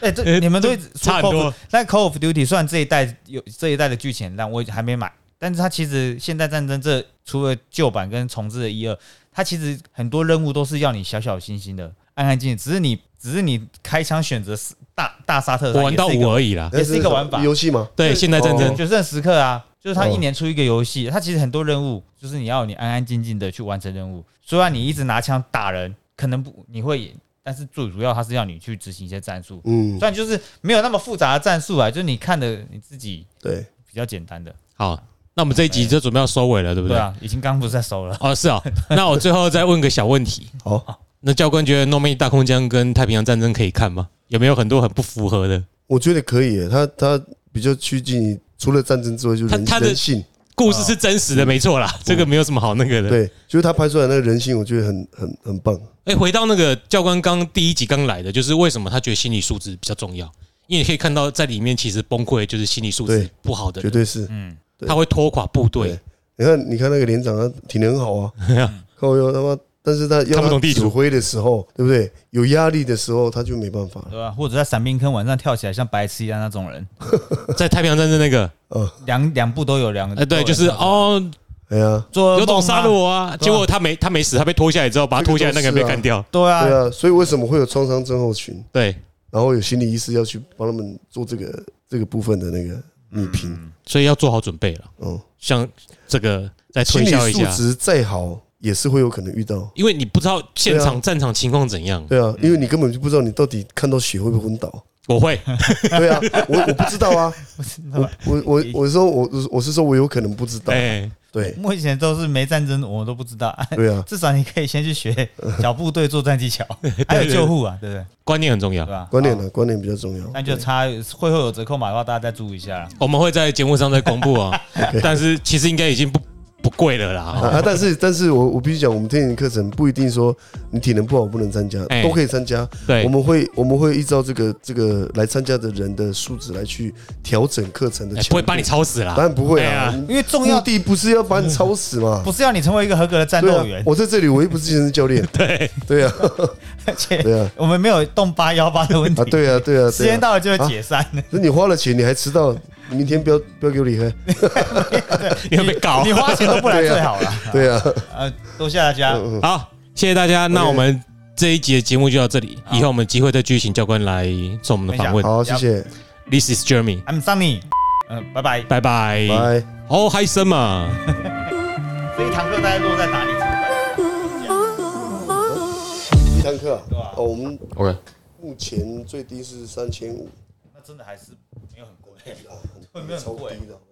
Speaker 4: 哎、
Speaker 1: 呃
Speaker 4: 这你们都一直
Speaker 1: 差很多。
Speaker 4: 但 Call of Duty 虽然这一代有这一代的剧情很烂，我还没买，但是它其实现代战争这除了旧版跟重置的一二，它其实很多任务都是要你小小心心的、安安静静，只是你只是你开枪选择是大大杀特杀，
Speaker 1: 我玩到
Speaker 4: 也是一
Speaker 1: 五
Speaker 4: 个
Speaker 1: 而已啦。
Speaker 4: 也是一个玩法
Speaker 3: 游戏嘛。
Speaker 1: 对，现代战争
Speaker 3: 哦
Speaker 4: 决胜时刻啊，就是它
Speaker 3: 哦
Speaker 4: 一年出一个游戏，它其实很多任务就是你要你安安静静的去完成任务，虽然你一直拿枪打人，可能不你会赢，但是最主要它是要你去执行一些战术。
Speaker 3: 嗯，
Speaker 4: 虽然就是没有那么复杂的战术啊，就是你看的你自己
Speaker 3: 对，
Speaker 4: 比较简单的，
Speaker 1: 好，那我们这一集就准备要收尾了，对不
Speaker 4: 对
Speaker 1: 对？
Speaker 4: 啊，已经刚不是在收了，
Speaker 1: 哦，是哦。那我最后再问个小问题，
Speaker 3: 好，
Speaker 1: 那教官觉得《诺曼底大空降》跟《太平洋战争》可以看吗？有没有很多很不符合的
Speaker 3: 我觉得可以耶，他他比较趋近于除了战争之外，就是人
Speaker 1: 他他的
Speaker 3: 人性，
Speaker 1: 故事是真实的，没错啦，这个没有什么好那个的。
Speaker 3: 对，就是他拍出来那个人性，我觉得很很很棒。
Speaker 1: 哎，回到那个教官刚第一集刚来的，就是为什么他觉得心理素质比较重要？因为你可以看到在里面其实崩溃的就是心理素质
Speaker 3: 对
Speaker 1: 不好的
Speaker 3: 绝
Speaker 1: 人，
Speaker 3: 对是。
Speaker 4: 嗯，
Speaker 3: 对
Speaker 1: 他会拖垮部队
Speaker 3: 对。你看，你看那个连长，他体能很好
Speaker 1: [LAUGHS]
Speaker 3: 啊，靠腰他妈，但是他要
Speaker 1: 看不懂地图
Speaker 3: 指挥的时候，对不对？有压力的时候，他就没办法了。
Speaker 4: 对吧、或者在伞兵坑晚上跳起来像白痴一样那种人，
Speaker 1: 在太平洋战争那个，
Speaker 3: 嗯，
Speaker 4: 两两步都有两个，
Speaker 1: 哎，对，就是哦，
Speaker 3: 哎呀，
Speaker 4: 做
Speaker 1: 有种杀了
Speaker 4: 我，
Speaker 1: 我啊！结果他没他没死，他被拖下来之后，把他拖下来那个人被干掉。
Speaker 4: 对啊，
Speaker 3: 对啊，所以为什么会有创伤症候群？
Speaker 1: 对，
Speaker 3: 然后有心理医师要去帮他们做这个这个部分的那个拟评。
Speaker 1: 所以要做好准备了。
Speaker 3: 嗯，
Speaker 1: 像这个再
Speaker 3: 心
Speaker 1: 推
Speaker 3: 理
Speaker 1: 销一
Speaker 3: 素
Speaker 1: 下，
Speaker 3: 质再好，也是会有可能遇到。
Speaker 1: 因为你不知道现
Speaker 3: 对啊
Speaker 1: 场战场情况怎样。
Speaker 3: 对啊，因为你根本就不知道你到底看到血会不会昏倒。
Speaker 1: 我会，[LAUGHS]
Speaker 3: 对啊啊，我我不知道啊，我我我我说我我是说我有可能不知道，
Speaker 1: 嗯哎，
Speaker 3: 对
Speaker 4: [LAUGHS] 目前都是没战争，我们都不知道。，
Speaker 3: 对啊
Speaker 4: [LAUGHS] 至少你可以先去学小部队作战
Speaker 1: [LAUGHS]
Speaker 4: 技巧，还有救护啊，对不对？
Speaker 1: 观念很重要
Speaker 4: 对。吧？
Speaker 3: 观念
Speaker 4: 好，
Speaker 3: 呢，观念比较重要。
Speaker 4: 那就差会后有折扣码的话，大家再注意一下啦。
Speaker 3: 嗯
Speaker 1: 我们会在节目上再公布
Speaker 3: [LAUGHS]
Speaker 1: 啊，但是其实应该已经不不贵了啦。
Speaker 3: 啊，啊但是但是我我必须讲，我们天影课程不一定说你体能不好不能参加，
Speaker 1: 哎
Speaker 3: 都可以参加。
Speaker 1: 对
Speaker 3: 我，们会我们会依照这个这个来参加的人的素质来去调整课程的
Speaker 1: 哎
Speaker 3: 强度。
Speaker 1: 不会把你操死啦
Speaker 3: 当。然不会
Speaker 1: 哎呀
Speaker 3: 啊，
Speaker 4: 因为重要
Speaker 3: 目的不是要把你操死嘛，
Speaker 4: 不是要你成为一个合格的战
Speaker 3: 对
Speaker 4: 斗
Speaker 3: 啊
Speaker 4: 员，，
Speaker 3: 我在这里我又不是健身教练，
Speaker 1: 对，
Speaker 3: 对啊，
Speaker 4: [LAUGHS] 而且
Speaker 3: 对啊
Speaker 4: 我们没有动八幺八的问
Speaker 3: 啊
Speaker 4: 题。
Speaker 3: 对啊对啊，
Speaker 4: 时间到了就会
Speaker 3: 啊
Speaker 4: 解散，
Speaker 3: 那你花了钱你还迟到，明天不要不要给我离开，
Speaker 1: 你会被告
Speaker 4: 你。花钱都不来
Speaker 3: 对啊
Speaker 4: 最好了。
Speaker 3: 对啊，
Speaker 4: 呃，多谢大家，
Speaker 3: 嗯嗯
Speaker 1: 好，谢谢大家。那
Speaker 3: OK
Speaker 1: 我们这一集的节目就到这里，以后我们有机会再继续请教官来做我们的访问。
Speaker 3: 好，谢谢，
Speaker 1: This is Jeremy，
Speaker 4: I'm Sunny，嗯、拜拜。
Speaker 1: 拜拜。
Speaker 3: 拜。
Speaker 1: 哦，嗨森嘛。
Speaker 4: 这一堂课大概落在哪里？
Speaker 1: 嗯
Speaker 3: 一堂课啊
Speaker 4: 对啊
Speaker 3: 哦，我们
Speaker 2: OK，
Speaker 3: 目前最低是三千五，
Speaker 4: 那真的还是没有很贵，
Speaker 3: 很
Speaker 4: [LAUGHS] 会不会很
Speaker 3: 超
Speaker 4: 贵
Speaker 3: 低的。好不好